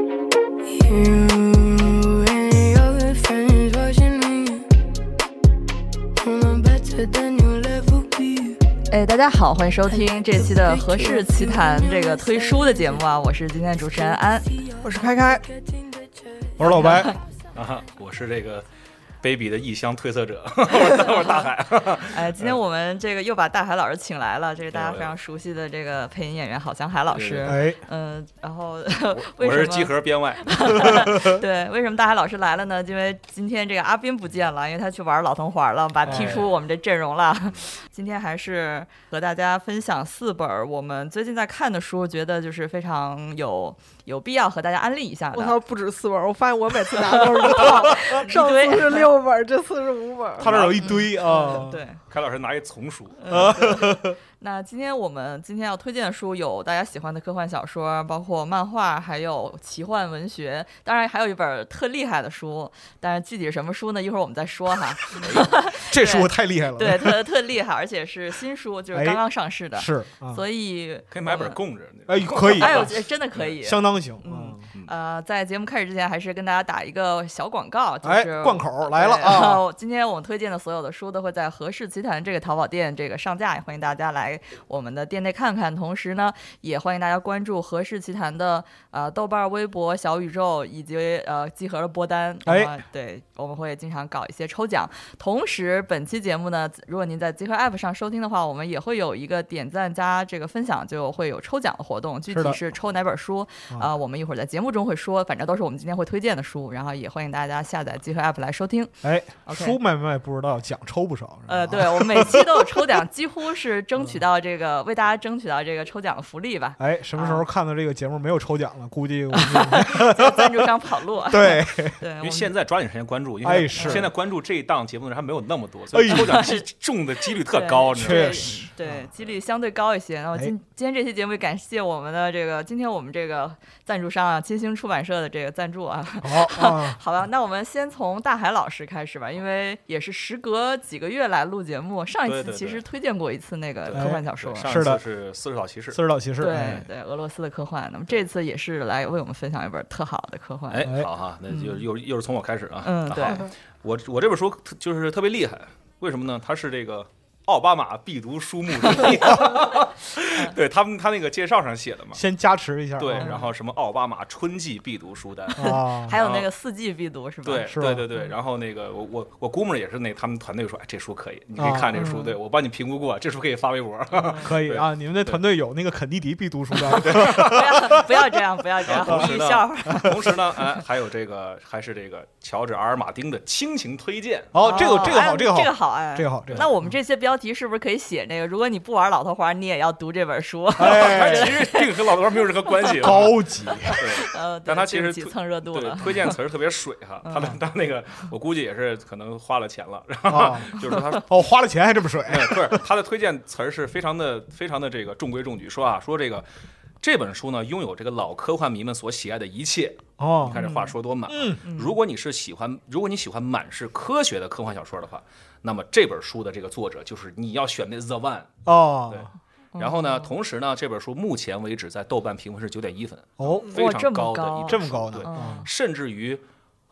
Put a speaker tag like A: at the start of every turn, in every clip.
A: You and your other friends watching me on a better than you'll ever be.
B: 哎，大家好，欢迎收听这期的《何氏奇谈》这个推书的节目啊，我是今天的主持人安。
C: 我是开开，
D: 我是 老白，
E: 啊，我是这个卑鄙的异乡褪色者，我是我是大海。
C: 嗯
B: 哎，
E: 嗯
B: 今天我们这个又把大海老师请来了，这是大家
E: 哎呦
B: 非常熟悉的这个配音演员郝祥海老师。
D: 哎，
B: 嗯，然后 为
E: 我
B: 什
E: 是
B: 么
E: 集合编外，
B: 对，为什么大海老师来了呢？因为今天这个阿斌不见了，因为他去玩老头环了，把
E: 哎
B: 踢出我们这阵容了。 今天还是和大家分享四本儿我们最近在看的书，觉得就是非常有有必要和大家安利一下的。
C: 我操，不止四本儿，我发现我每次拿都是一套，上次是六本儿，这次是五本儿。
D: 他这儿有一堆啊，
B: 对，
E: 开老师拿一丛书，
B: 嗯那今天我们今天要推荐的书有大家喜欢的科幻小说，包括漫画，还有奇幻文学，当然还有一本特厉害的书，但是具体是什么书呢？一会儿我们再说 哈。
D: 这书太厉害了，
B: 对，特特厉害，而且是新书，就是刚刚上市的，
D: 哎是啊，
B: 所以
E: 可以买
B: 我
E: 本
B: 们。
E: 供着。
D: 哎，可以，
B: 哎
C: 嗯
B: 呦，这真的可 以。
D: 相当行啊
B: 嗯，呃，在节目开始之前，还是跟大家打一个小广告，就
D: 哎
B: 是、，
D: 贯口来了
B: 对然
D: 啊，
B: 后今天我们推荐的所有的书都会在和氏集团这个淘宝店这个上架，也欢迎大家来我们的店内看看。同时呢，也欢迎大家关注和氏集团的呃豆瓣儿、微博、小宇宙以及呃集合的播单。
D: 哎
B: 呃对，我们会经常搞一些抽奖。同时，本期节目呢，如果您在集合 App 上收听的话，我们也会有一个点赞加这个分享，就会有抽奖的活动。具
D: 是
B: 体
D: 的
B: 是抽哪本书啊、呃我们一会儿在节目中会说，反正都是我们今天会推荐的书。然后也欢迎大家下载集合 App 来收听。
D: 哎，
B: OK
D: 书卖不卖不知道，奖抽不 少，
B: 呃，对
D: 是吧，，
E: 哦
B: 我们每期都有抽奖，几乎是争
E: 嗯
B: 取到这个为大家争取到这个抽奖的福利吧
D: 哎，什么时候
B: 啊
D: 看到这个节目没有抽奖了？估计 我
B: 就赞助商跑路。
D: 对，
B: 对，我
E: 因为
B: 们
E: 现在抓紧时间关注，因
D: 哎
E: 为
D: 是
E: 现在关注这一档节目的人还没有那么多，所以
D: 哎
E: 抽奖是中的几率特高，你知道吗？嗯哎
D: 确
B: 对
D: 实
B: 对几率相对高一些。那我今今天这期节目也感谢我们的这个今天我们这个赞助商啊，金星出版社的这个赞助啊。
D: 好啊，
B: 好吧，那我们先从大海老师开始吧，因为也是时隔几个月来录节目，上一
E: 对
B: 次
E: 对
B: 其
E: 对
B: 实推荐过一次那个
E: 对
B: 科幻小说
E: 对。上
D: 是
E: 一
D: 的
E: 次是《四十道骑士
D: 四》。十道骑士，
B: 对
D: 哎
B: 对，俄罗斯的科幻。那么这次也是来为我们分享一本特好的科幻。
E: 哎
D: 哎，
E: 好哈，那就又又是从我开始啊。
B: 嗯
E: 那好
B: 对
E: 我我这本书特就是特别厉害，为什么呢？它是这个奥巴马必读书目 之一。对他们，他那个介绍上写的嘛。
D: 先加持一下啊，
B: 嗯
E: 对，然后什么奥巴马春季必读书单，
D: 啊，
B: 还有那个四季必读是吧？
E: 哦对，
D: 是吧嗯
E: 对对对。然后那个我我我估摸着也是那他们团队说，哎，这书可以，你可以
B: 哦
D: 啊
E: 看这个
B: 嗯
E: 书，对我帮你评估过，这书可以发微博。
D: 可以
E: 对
D: 啊，你们那团队有那个肯尼迪必读书单，
B: 不要不要这样，不要这样，
E: 同时
B: 语
E: 呢
B: 笑话。
E: 同时呢，哎，还有这个还是这个乔治阿尔马丁的亲情推荐。
D: 哦，这个这个
B: 哎
D: 好，这个好
B: 这个，好哎，
D: 这个好这个好
E: 嗯
B: 那我们这些标题是不是可以写那个？如果你不玩老头环，你也要读这本书。
E: 哎，其实这个和老头儿没有任何关 系。啊
D: 高级，
E: 对
B: 呃，对
E: 但它其
B: 对不
E: 实
B: 起
E: 推
B: 蹭热度
E: 对
B: 了，嗯
E: 推荐词儿特别水 哈，他们他那个我估计也是可能花了钱了，然后
D: 啊
E: 就是说他
D: 哦，花了钱还这么水，
E: 哎不是他的推荐词儿是非常的非常的这个中规中矩，说啊说这个这本书呢拥有这个老科幻迷们所喜爱的一切，
D: 哦
E: 你，看这
B: 嗯
E: 话说多满、啊。如果你是喜欢，如果你喜欢满是科学的科幻小说的话，那么这本书的这个作者就是你要选的 The One。对
D: 哦，
E: 然后呢，同时呢，这本书目前为止在豆瓣评分是九点一分，
D: 哦，
E: 非
B: 哇这
E: 常
B: 么
E: 高的
B: 高啊
E: 一本
D: 这么
E: 书
D: 高呢
E: 对，
D: 嗯
E: 甚至于。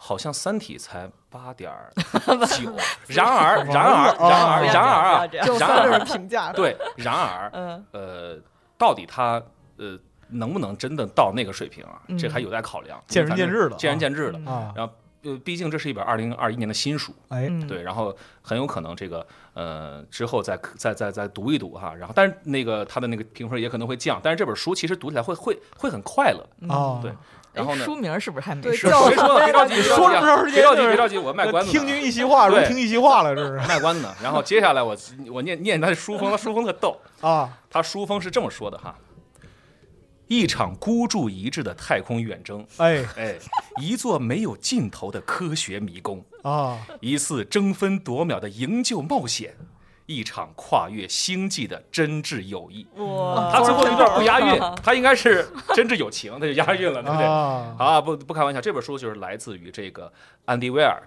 E: 好像《三体》才八点 九，然而，
D: 哦
E: 然而，然而，然而
B: 不要
E: 啊，
B: 这样
C: 就
E: 然
C: 算
E: 而
C: 是，评价了。
E: 对，然而，
B: 嗯，
E: 呃，到底它呃能不能真的到那个水平啊？
C: 嗯
E: 这还有待考量，
D: 见仁见智了
E: 见仁见智了。
D: 啊，
E: 然后，呃，毕竟这是一本二零二一年的新书，
D: 哎，
B: 嗯
E: 对，然后很有可能这个呃之后再再再再读一读哈，然后但是那个它的那个评分也可能会降，但是这本书其实读起来会会会很快乐。
D: 哦，
E: 对
B: 哎
E: 然后呢，
B: 书名是不是还没
C: 对
B: 说？
C: 叫
E: 谁说的？别着急，别着
D: 说
E: 急
D: 着
E: 啊
D: 说着
E: 别着急，
D: 就是
E: 别着急，我卖关子呢
D: 听君一席话，如
E: 对
D: 听一席话了，这是
E: 卖关子呢。然后接下来我我念念他的书风，他书风特逗，
D: 啊，
E: 他书风是这么说的哈：一场孤注一掷的太空远征，
D: 哎
E: 哎，一座没有尽头的科学迷宫。
D: 啊，
E: 一次争分夺秒的营救冒险，一场跨越星际的真挚友谊。
B: 哇，
E: 嗯他最后一段不押韵，他应该是真挚友情，他就押韵了，对不对？
D: 啊
E: 啊，不不开玩笑，这本书就是来自于这个安迪威尔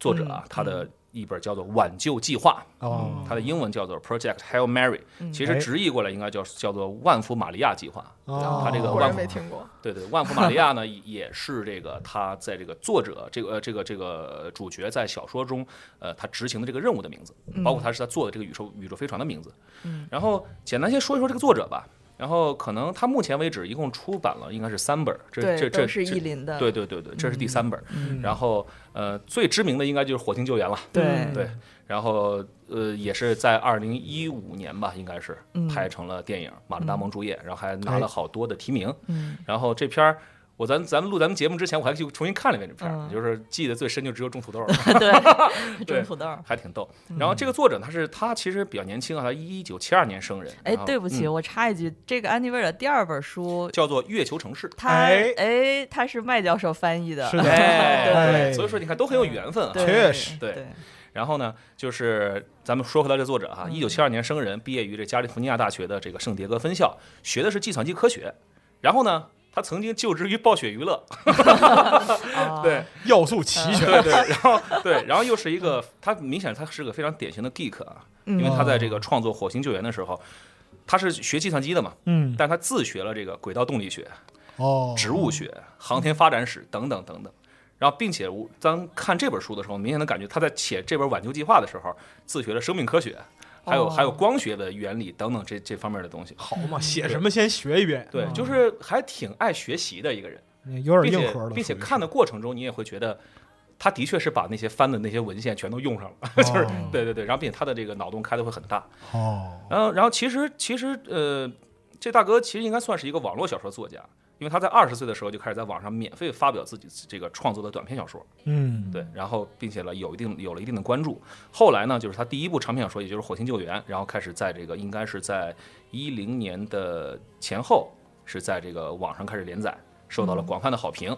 E: 作者啊，他的一本叫做《挽救计划》，
D: 哦，
E: 它的英文叫做 Project Hail Mary，其实直译过来应该叫叫做万福玛利亚计划。
D: 哦
E: 他这个
C: 果
E: 万
C: 然
E: 福
C: 没听过。
E: 对对，万福玛利亚呢，也是这个他在这个作者这个呃这个这个主角在小说中，呃，他执行的这个任务的名字，
B: 嗯
E: 包括他是他做的这个宇宙宇宙飞船的名字。嗯，然后简单先说一说这个作者吧。然后可能他目前为止一共出版了应该是三本儿，这
B: 对
E: 这
B: 都
E: 这
B: 是
E: 这
B: 译林的嗯
E: 对对对对，这是第三本儿。
D: 嗯
E: 然后呃，最知名的应该就是《火星救援》了。
B: 对
E: 嗯对，然后呃，也是在二零一五年吧，应该是
B: 嗯
E: 拍成了电影《马特·达蒙主演》，然后还拿了好多的提名。
B: 嗯，
E: 然后这片儿。我咱咱们录咱们节目之前，我还去重新看了一遍这片儿，
B: 嗯
E: 就是记得最深就只有种 土豆儿，
B: 对，
E: 对
B: 种土豆儿。
E: 还挺逗。
B: 嗯
E: 然后这个作者他是他其实比较年轻啊，他一九七二年生人。
B: 哎，
E: 然后
B: 对不起，
E: 嗯
B: 我插一句，这个安迪威尔第二本书，
E: 叫做《月球城市》。
B: 他
D: 哎
B: 哎，他是麦教授翻译的，
D: 是的
E: 哎，
D: 哎
E: 对，所以说你看都很有缘分啊。
B: 对
D: 确实
E: 对
B: 对，
E: 然后呢，就是咱们说回到这作者
B: 嗯
E: 哈，一九七二年生人，毕业于这加利福尼亚大学的这个圣迭戈分校，学的是计算机科学。然后呢，他曾经就职于暴雪娱乐，
B: 啊
E: 对
D: 要素齐全，
E: 对对， 然后对，然后又是一个他明显他是个非常典型的 geek 啊，
B: 嗯
E: 因为他在
D: 哦
E: 这个创作《火星救援》的时候，他是学计算机的嘛，
D: 嗯，
E: 但他自学了这个轨道动力学、
D: 哦，
E: 植物学、航天发展史等等等等。然后，并且我当看这本书的时候，明显能感觉他在写这本挽救计划的时候，自学了生命科学，还有、
B: 哦
E: 还有光学的原理等等这这方面的东西。
D: 好嘛，写什么先学一遍，
E: 对，就是还挺爱学习的一个人，
D: 有
E: 并
D: 点硬
E: 且
D: 核了，
E: 并且
D: 属于
E: 看的过程中，你也会觉得他的确是把那些翻的那些文献全都用上了，
D: 哦
E: 就是对对对，然后并且他的这个脑洞开的会很大。
D: 哦，
E: 然后，然后其实其实呃，这大哥其实应该算是一个网络小说作家，因为他在二十岁的时候就开始在网上免费发表自己这个创作的短篇小说，
D: 嗯，
E: 对，然后并且呢有一定有了一定的关注。后来呢，就是他第一部长篇小说，也就是《火星救援》，然后开始在这个应该是在一零年的前后是在这个网上开始连载，受到了广泛的好评，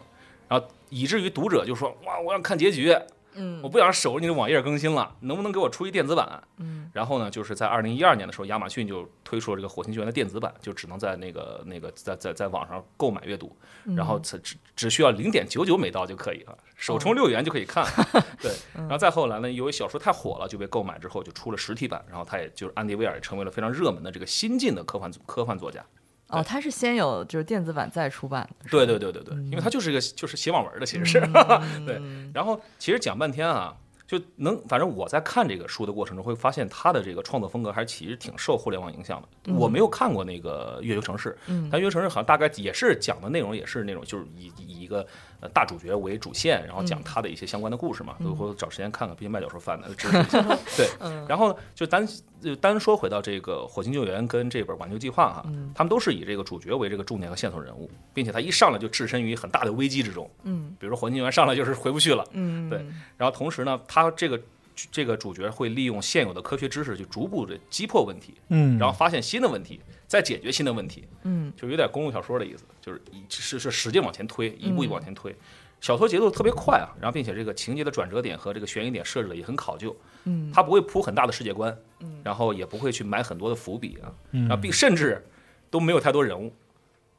E: 然后以至于读者就说哇，我要看结局，
B: 嗯
E: 我不想守着你的网页更新了，能不能给我出一电子版？
B: 嗯，
E: 然后呢，就是在二零一二年的时候，亚马逊就推出了这个《火星救援》的电子版，就只能在那个那个在在在网上购买阅读，
B: 嗯
E: 然后只只只需要零点九九美刀就可以了，首
B: 哦
E: 充六元就可以看。 对，
B: 嗯
E: 然后再后来呢，由于小说太火了，就被购买之后就出了实体版，然后他也就是安迪威尔也成为了非常热门的这个新晋的科幻科幻作家。
B: 哦，他是先有就是电子版再出版的，
E: 对对对对对，因为他就是一个就是写网文的，其实是、 对。然后其实讲半天啊，就能反正我在看这个书的过程中，会发现他的这个创作风格还其实挺受互联网影响的。我没有看过那个《月球城市》，但《月球城市》好像大概也是讲的内容也是那种就是以以以一个呃大主角为主线，然后讲他的一些相关的故事嘛。我回头找时间看看，毕竟麦教授翻的，知识一下。对，然后就单就单说回到这个《火星救援》跟这本《挽救计划》哈，他们都是以这个主角为这个重点和线索人物，并且他一上来就置身于很大的危机之中。嗯，比如说《火星救援》上来就是回不去了。
B: 嗯，
E: 对，然后同时呢，他这个这个主角会利用现有的科学知识去逐步的击破问题，
D: 嗯，
E: 然后发现新的问题，再解决新的问题，
B: 嗯，
E: 就有点公路小说的意思，就是一是是使劲往前推，一步一步往前推。小说节奏特别快啊，然后并且这个情节的转折点和这个悬疑点设置的也很考究，嗯，它不会铺很大的世界观，嗯，然后也不会去埋很多的伏笔啊，然后并甚至都没有太多人物。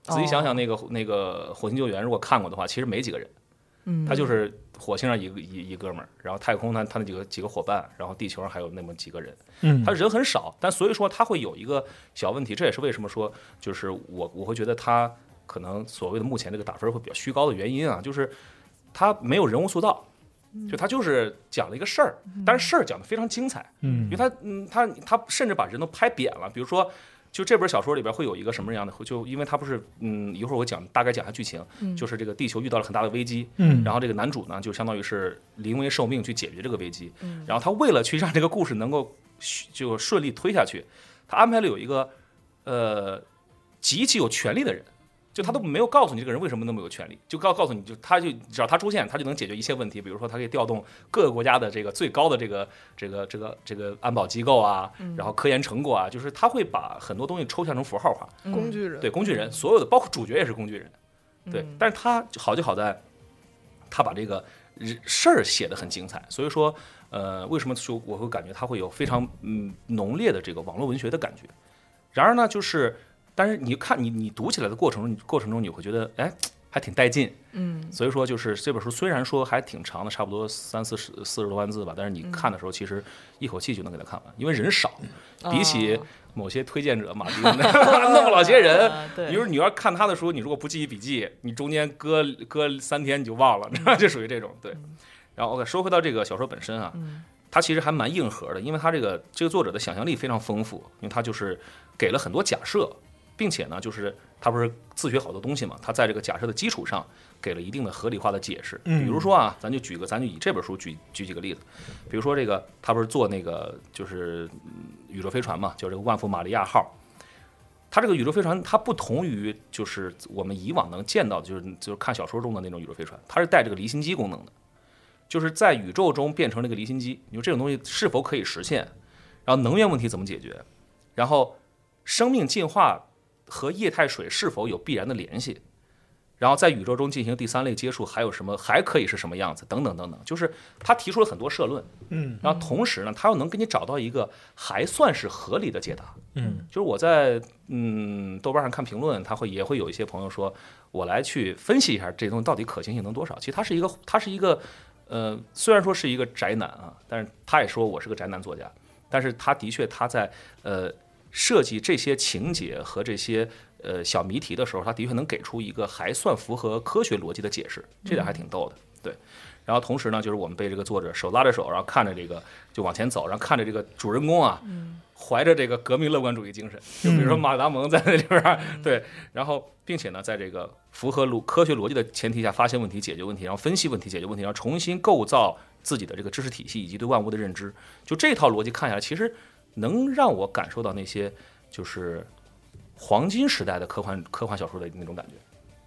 E: 仔细想想，那个、那个《火星救援》，如果看过的话，其实没几个人，嗯，他就是火星上一个一一哥们儿，然后太空他他那几个几个伙伴，然后地球上还有那么几个人，
D: 嗯
E: 他人很少，但所以说他会有一个小问题，这也是为什么说就是我我会觉得他可能所谓的目前这个打分会比较虚高的原因啊，就是他没有人物塑造，
D: 嗯
E: 就他就是讲了一个事儿，但是事儿讲的非常精彩，因
D: 嗯
E: 为他嗯他他甚至把人都拍扁了，比如说。就这本小说里边会有一个什么样的？会就因为他不是，嗯，一会儿我讲大概讲一下剧情，就是这个地球遇到了很大的危机，
D: 嗯
E: 然后这个男主呢就相当于是临危受命去解决这个危机，然后他为了去让这个故事能够就顺利推下去，他安排了有一个呃极其有权力的人，就他都没有告诉你这个人为什么那么有权力，就告告诉你就他就只要他出现，他就能解决一切问题，比如说他可以调动各个国家的这个最高的这个这个这个这个安保机构啊，然后科研成果啊，就是他会把很多东西抽象成符号化，
D: 嗯
C: 工具人，
E: 对工具人，所有的包括主角也是工具人，对，但是他好就好在，他把这个人事儿写得很精彩，所以说，呃，为什么说我会感觉他会有非常嗯浓烈的这个网络文学的感觉？然而呢，就是，但是你看你你读起来的过程中过程中，你会觉得哎还挺带劲，
B: 嗯
E: 所以说，就是这本书虽然说还挺长的，差不多三四十四十多万字吧，但是你看的时候，其实一口气就能给它看完，因为人少，比起某些推荐者马丁 那么老些人
B: 啊， 对
E: 你说你要看他的书，你如果不记一笔记，你中间搁搁三天你就忘了， 就属于这种对。然后 OK，说回到这个小说本身啊，它其实还蛮硬核的，因为它这个这个作者的想象力非常丰富，因为他就是给了很多假设，并且呢，就是他不是自学好多东西嘛，他在这个假设的基础上给了一定的合理化的解释。比如说啊，咱就举个，咱就以这本书举举几个例子，比如说这个他不是做那个就是嗯宇宙飞船嘛，叫这个万福玛利亚号。它这个宇宙飞船，它不同于就是我们以往能见到的，就是就是看小说中的那种宇宙飞船，它是带这个离心机功能的，就是在宇宙中变成了一个离心机。你说这种东西是否可以实现？然后能源问题怎么解决？然后生命进化和液态水是否有必然的联系？然后在宇宙中进行第三类接触，还有什么还可以是什么样子？等等等等，就是他提出了很多社论，
D: 嗯，
E: 然后同时呢，他又能给你找到一个还算是合理的解答，
D: 嗯，
E: 就是我在嗯豆瓣上看评论，他会也会有一些朋友说，我来去分析一下这东西到底可行性能多少。其实他是一个，他是一个，呃，虽然说是一个宅男啊，但是他也说我是个宅男作家，但是他的确他在呃设计这些情节和这些呃小谜题的时候，他的确能给出一个还算符合科学逻辑的解释，这点还挺逗的。对，然后同时呢，就是我们被这个作者手拉着手，然后看着这个就往前走，然后看着这个主人公啊，怀着这个革命乐观主义精神，就比如说马达蒙在那里边儿，对，然后并且呢，在这个符合逻科学逻辑的前提下，发现问题、解决问题，然后分析问题、解决问题，然后重新构造自己的这个知识体系以及对万物的认知，就这套逻辑看下来，其实能让我感受到那些就是黄金时代的科幻科幻小说的那种感觉。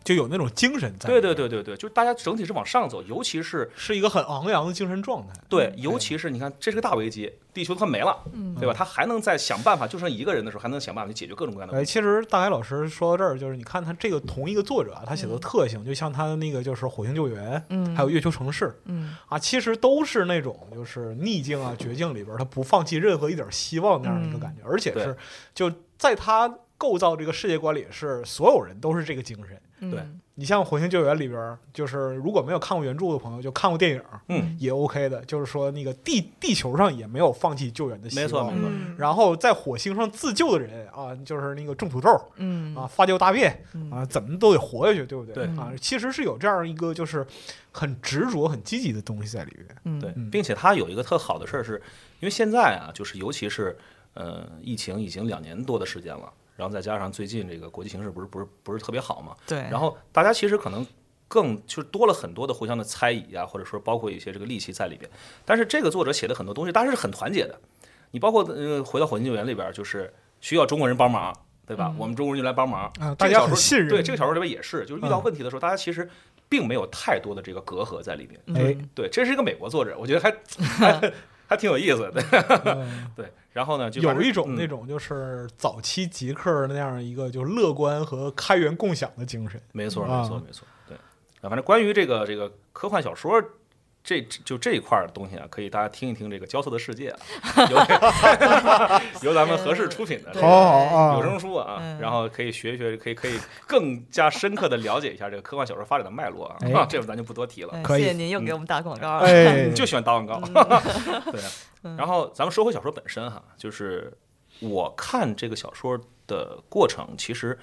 D: 就有那种精神在，
E: 对对，对对对，就是大家整体是往上走，尤其是
D: 是一个很昂扬的精神状态，
E: 嗯对，尤其是你看，这是个大危机，地球都快没了，对吧？他还能再想办法，就剩一个人的时候，还能想办法去解决各种各样的
D: 哎，
E: 问题。
D: 其实大海老师说到这儿，就是你看他这个同一个作者啊，他写的特性，就像他的那个就是《火星救援》，
B: 嗯
D: 还有《月球城市》，
B: 嗯
D: 啊，其实都是那种就是逆境啊、绝境里边儿，他不放弃任何一点儿希望那样的一个感觉，而且
E: 对
D: 是就在他构造这个世界观里，是所有人都是这个精神。
B: 嗯
E: 对
D: 你像《火星救援》里边儿，就是如果没有看过原著的朋友，就看过电影儿
E: 嗯，
D: 也 OK 的，就是说那个地地球上也没有放弃救援的希望。
E: 没错没错。
C: 嗯
D: 然后在火星上自救的人啊，就是那个种土豆儿
B: 嗯
D: 啊，发酵大便
B: 嗯
D: 啊，怎么都得活下去，对不对？
E: 对
D: 啊，其实是有这样一个就是很执着、很积极的东西在里边。
B: 嗯
E: 对
D: 嗯，
E: 并且他有一个特好的事儿，是因为现在啊，就是尤其是呃，疫情已经两年多的时间了，然后再加上最近这个国际形势不是不是不是特别好嘛，
B: 对，
E: 然后大家其实可能更就是多了很多的互相的猜疑啊，或者说包括一些这个戾气在里边。但是这个作者写的很多东西，大家是很团结的。你包括呃，回到《火星救援》里边，就是需要中国人帮忙，对吧？我们中国人就来帮忙
D: 啊
E: 这
D: 大
E: 个
D: 家
E: 小
D: 很
E: 说
D: 信任
E: 对这个小说里边也是，就是遇到
D: 嗯
E: 问题的时候，大家其实并没有太多的这个隔阂在里边。
B: 嗯
D: 哎，
E: 对，这是一个美国作者，我觉得还 还还挺有意思的。
D: 嗯
E: 对，然后呢，就嗯
D: 有一种那
E: 种、
D: 种就是早期极客那样一个就乐观和开源共享的精神。
E: 嗯没错，
D: 啊
E: 没错，没错。对，啊，反正关于这个这个科幻小说。这就这一块儿的东西啊，可以大家听一听这个《交错的世界》啊， 由由咱们合适出品的这
B: 对
E: 个
D: 好好啊，
E: 有声书啊，
B: 嗯
E: 然后可以学一学，可以可以更加深刻的了解一下这个科幻小说发展的脉络啊。
D: 哎
E: 这个咱就不多提了，
B: 嗯
D: 可以
B: 谢谢您又给我们打广告了。
D: 哎，
E: 啊 就喜欢打广告。 对，啊然后咱们说回小说本身哈，就是我看这个小说的过程，其实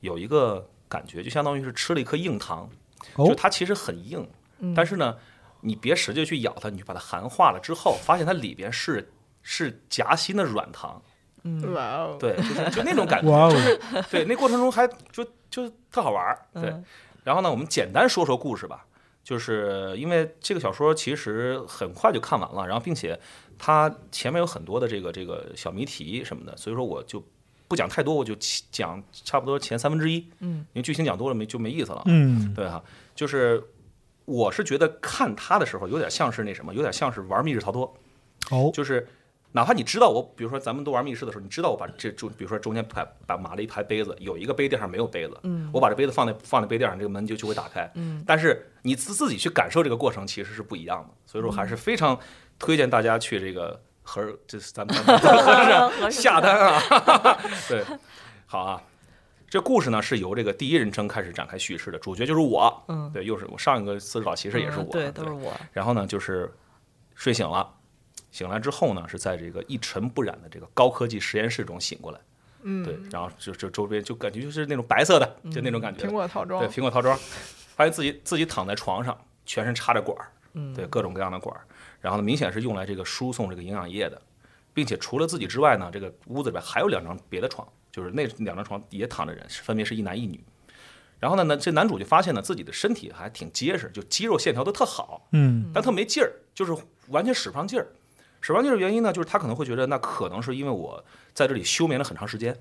E: 有一个感觉，就相当于是吃了一颗硬糖，
D: 哦
E: 就它其实很硬，但是呢，你别使劲去咬它，你就把它含化了之后，发现它里边是是夹心的软糖，
C: 哇哦，
E: 对，就是就那种感觉。
D: 哇哦，
E: 对，那过程中还就就特好玩儿。对，
B: 嗯
E: 然后呢，我们简单说说故事吧，就是因为这个小说其实很快就看完了，然后并且它前面有很多的这个这个小谜题什么的，所以说我就不讲太多，我就起讲差不多前三分之一。
B: 嗯，
E: 因为剧情讲多了没就没意思了。
D: 嗯，
E: 对哈、就是我是觉得看它的时候有点像是那什么，有点像是玩密室逃脱。
D: 哦，
E: 就是哪怕你知道我，比如说咱们都玩密室的时候，你知道我把这就比如说中间排把码了一排杯子，有一个杯垫上没有杯子，
D: 嗯
E: 我把这杯子放在放在杯垫上，这个门就就会打开，但是你自自己去感受这个过程其实是不一样的，所以说还
D: 嗯
E: 是非常推荐大家去这个盒儿，就 是咱们
B: 合适
E: 下单啊， 对，好啊。这故事呢是由这个第一人称开始展开叙事的，主角就是我，
B: 嗯
E: 对，又是我上一个四十岛骑士也是我，
B: 嗯对，都是我。
E: 然后呢，就是睡醒了，醒来之后呢，是在这个一尘不染的这个高科技实验室中醒过来。嗯，对，然后就就周边就感觉就是那种白色的，就那种感觉，
C: 苹果套装
E: 对，苹果套装，发现自己自己躺在床上，全身插着管儿，
C: 嗯
E: 对，各种各样的管儿，然后呢，明显是用来这个输送这个营养液的，并且除了自己之外呢，这个屋子里边还有两张别的床，就是那两张床也躺着人，分别是一男一女。然后呢，呢这男主就发现呢自己的身体还挺结实，就肌肉线条都特好，
D: 嗯，
E: 但特没劲儿，就是完全使不上劲儿。使不上劲儿的原因呢，就是他可能会觉得那可能是因为我在这里休眠了很长时间，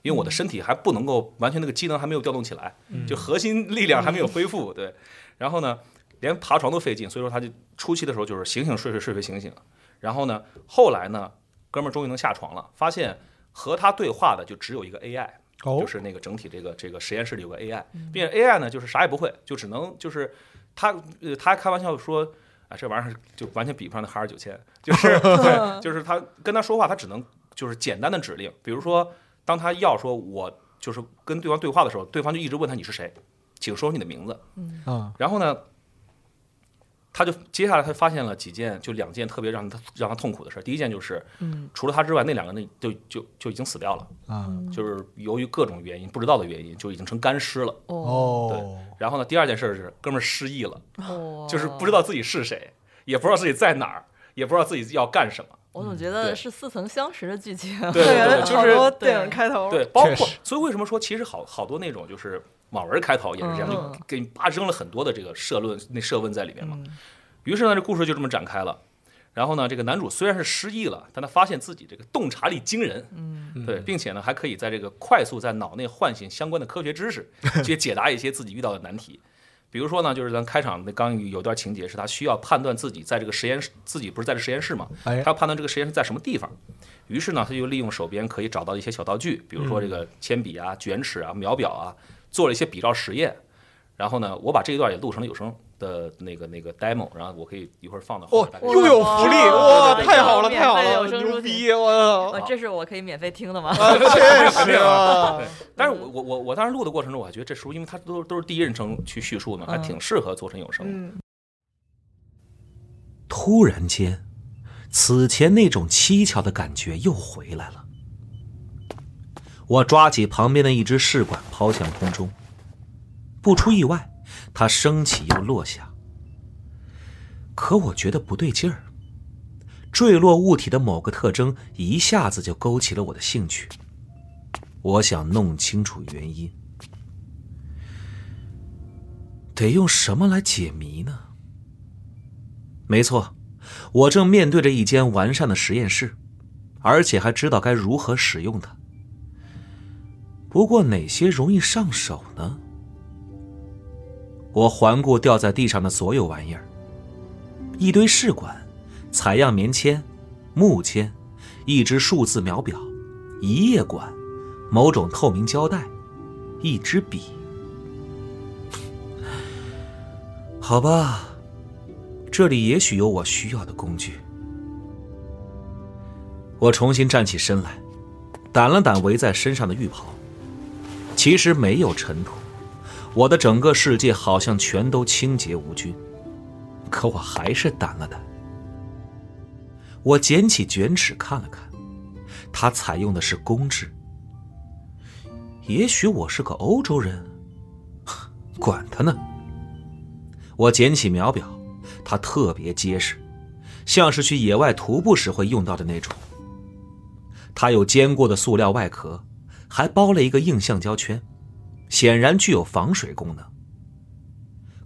E: 因为我的身体还不能够完全那个机能还没有调动起来，就核心力量还没有恢复。对，然后呢，连爬床都费劲，所以说他就初期的时候就是醒醒睡睡睡睡醒醒。然后呢，后来呢，哥们儿终于能下床了，发现和他对话的就只有一个 AI。
D: 哦
E: 就，是那个整体这个这个实验室里有个 AI，并且 AI 呢就是啥也不会，就只能就是他呃他还开玩笑说。啊，这玩意儿就完全比不上那哈尔九千，就是对，就是他跟他说话，他只能就是简单的指令，比如说，当他要说我就是跟对方对话的时候，对方就一直问他你是谁，请说出你的名字，
D: 啊，
E: 然后呢，他就接下来他发现了几件，就两件特别让他让他痛苦的事儿。第一件就是，
B: 嗯
E: 除了他之外，那两个人就就就已经死掉了，
D: 啊，
B: 嗯
E: 就是由于各种原因不知道的原因，就已经成干尸了。
D: 哦，
E: 然后呢，第二件事是哥们儿失忆了，
B: 哦
E: 就是不知道自己是谁，也不知道自己在哪儿，也不知道自己要干什么。
B: 我总觉
E: 对
B: 得是似曾相识的剧情。
E: 对对对，
C: 好
E: 就是
C: 多电影开头，
E: 对，包
D: 确
E: 括所以为什么说其实好好多那种就是网文开头也是这样，
B: 嗯
E: 就给你叭扔了很多的这个社论那社问在里面嘛。于是呢，这故事就这么展开了。然后呢，这个男主虽然是失忆了，但他发现自己这个洞察力惊人，嗯，对，并且呢还可以在这个快速在脑内唤醒相关的科学知识，去解答一些自己遇到的难题。比如说呢，就是咱开场那刚有段情节是他需要判断自己在这个实验室，自己不是在这实验室嘛，
D: 哎
E: 他要判断这个实验室在什么地方。于是呢，他就利用手边可以找到一些小道具，比如说这个
D: 嗯
E: 铅笔啊、卷尺啊、秒表啊，做了一些比照实验。然后呢，我把这一段也录成了有声的那个那个 demo，然后我可以一会儿放到
D: 哦
E: 后面大，家
D: 又有福利，
B: 哇
D: 哇，太好了，太好
B: 免费有
D: 了，
B: 声
D: 牛
B: 书
D: 逼，我
B: 哦，这是我可以免费听的吗？
E: 呃
D: 确实啊，
E: 但是我我我我当时录的过程中，我还觉得这书，因为它都都是第一人称去叙述嘛，
D: 嗯
E: 还挺适合做成有声的。
C: 嗯，
F: 突然间，此前那种蹊跷的感觉又回来了。我抓起旁边的一只试管抛向空中，不出意外，它升起又落下。可我觉得不对劲儿，坠落物体的某个特征一下子就勾起了我的兴趣。我想弄清楚原因，得用什么来解谜呢？没错，我正面对着一间完善的实验室，而且还知道该如何使用它。不过哪些容易上手呢？我环顾掉在地上的所有玩意儿，一堆试管、采样棉签、木签、一只数字秒表、一页馆、某种透明胶带、一支笔。 好吧，这里也许有我需要的工具。我重新站起身来，掸了掸围在身上的浴袍。其实没有尘土，我的整个世界好像全都清洁无菌，可我还是掸了掸。我捡起卷尺看了看，它采用的是公制。也许我是个欧洲人， 管他呢。我捡起秒表，它特别结实，像是去野外徒步时会用到的那种。它有坚固的塑料外壳，还包了一个硬橡胶圈，显然具有防水功能。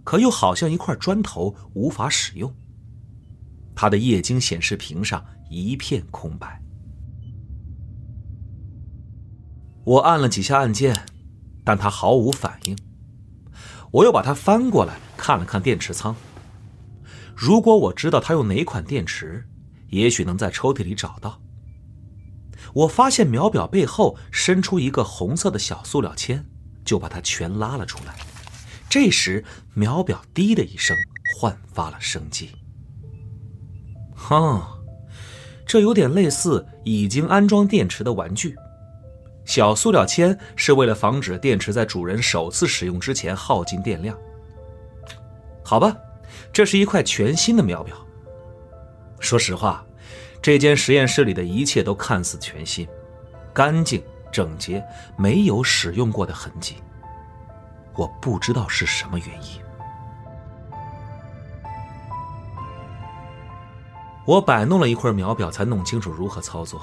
F: 可又好像一块砖头，无法使用。它的液晶显示屏上一片空白。我按了几下按键，但它毫无反应。我又把它翻过来看了看电池仓。如果我知道它用哪款电池，也许能在抽屉里找到。我发现秒表背后伸出一个红色的小塑料签，就把它全拉了出来。这时，秒表“滴”的一声焕发了生机。哼，这有点类似已经安装电池的玩具。小塑料签是为了防止电池在主人首次使用之前耗尽电量。好吧，这是一块全新的秒表。说实话，这间实验室里的一切都看似全新，干净整洁，没有使用过的痕迹。我不知道是什么原因。我摆弄了一会儿秒表，才弄清楚如何操作。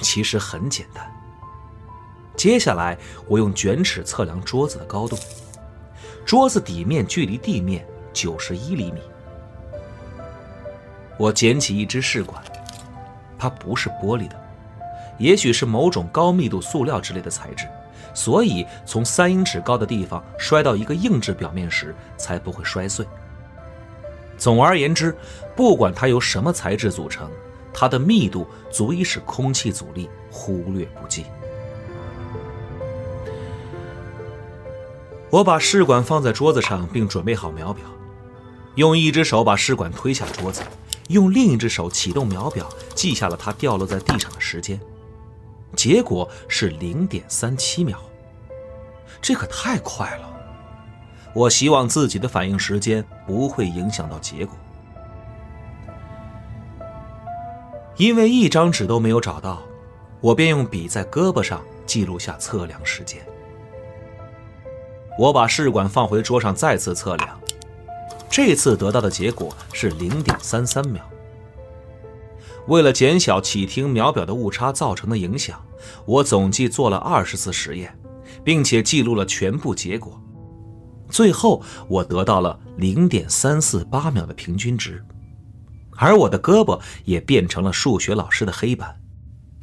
F: 其实很简单。接下来，我用卷尺测量桌子的高度，桌子底面距离地面九十一厘米。我捡起一支试管，它不是玻璃的，也许是某种高密度塑料之类的材质，所以从三英尺高的地方摔到一个硬质表面时才不会摔碎。总而言之，不管它由什么材质组成，它的密度足以使空气阻力忽略不计。我把试管放在桌子上，并准备好秒表，用一只手把试管推下桌子，用另一只手启动秒表，记下了它掉落在地上的时间。结果是零点三七秒，这可太快了。我希望自己的反应时间不会影响到结果，因为一张纸都没有找到，我便用笔在胳膊上记录下测量时间。我把试管放回桌上，再次测量，这次得到的结果是零点三三秒。为了减小启停秒表的误差造成的影响，我总计做了二十次实验，并且记录了全部结果。最后，我得到了零点三四八秒的平均值，而我的胳膊也变成了数学老师的黑板。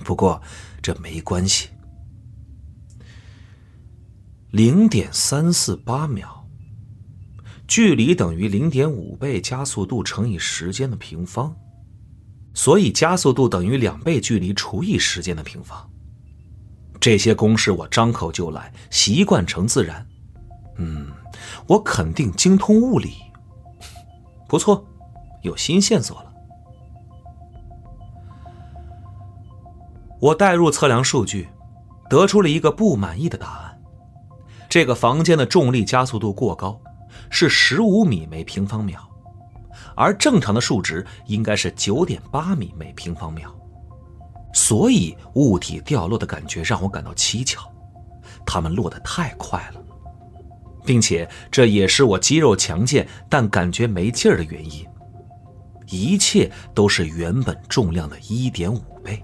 F: 不过，这没关系。零点三四八秒，距离等于零点五倍加速度乘以时间的平方，所以加速度等于两倍距离除以时间的平方。这些公式我张口就来，习惯成自然。嗯，我肯定精通物理。不错，有新线索了。我代入测量数据，得出了一个不满意的答案。这个房间的重力加速度过高，是十五米每平方秒，而正常的数值应该是九点八米每平方秒。所以物体掉落的感觉让我感到蹊跷，它们落得太快了。并且这也是我肌肉强健但感觉没劲儿的原因。一切都是原本重量的一点五倍。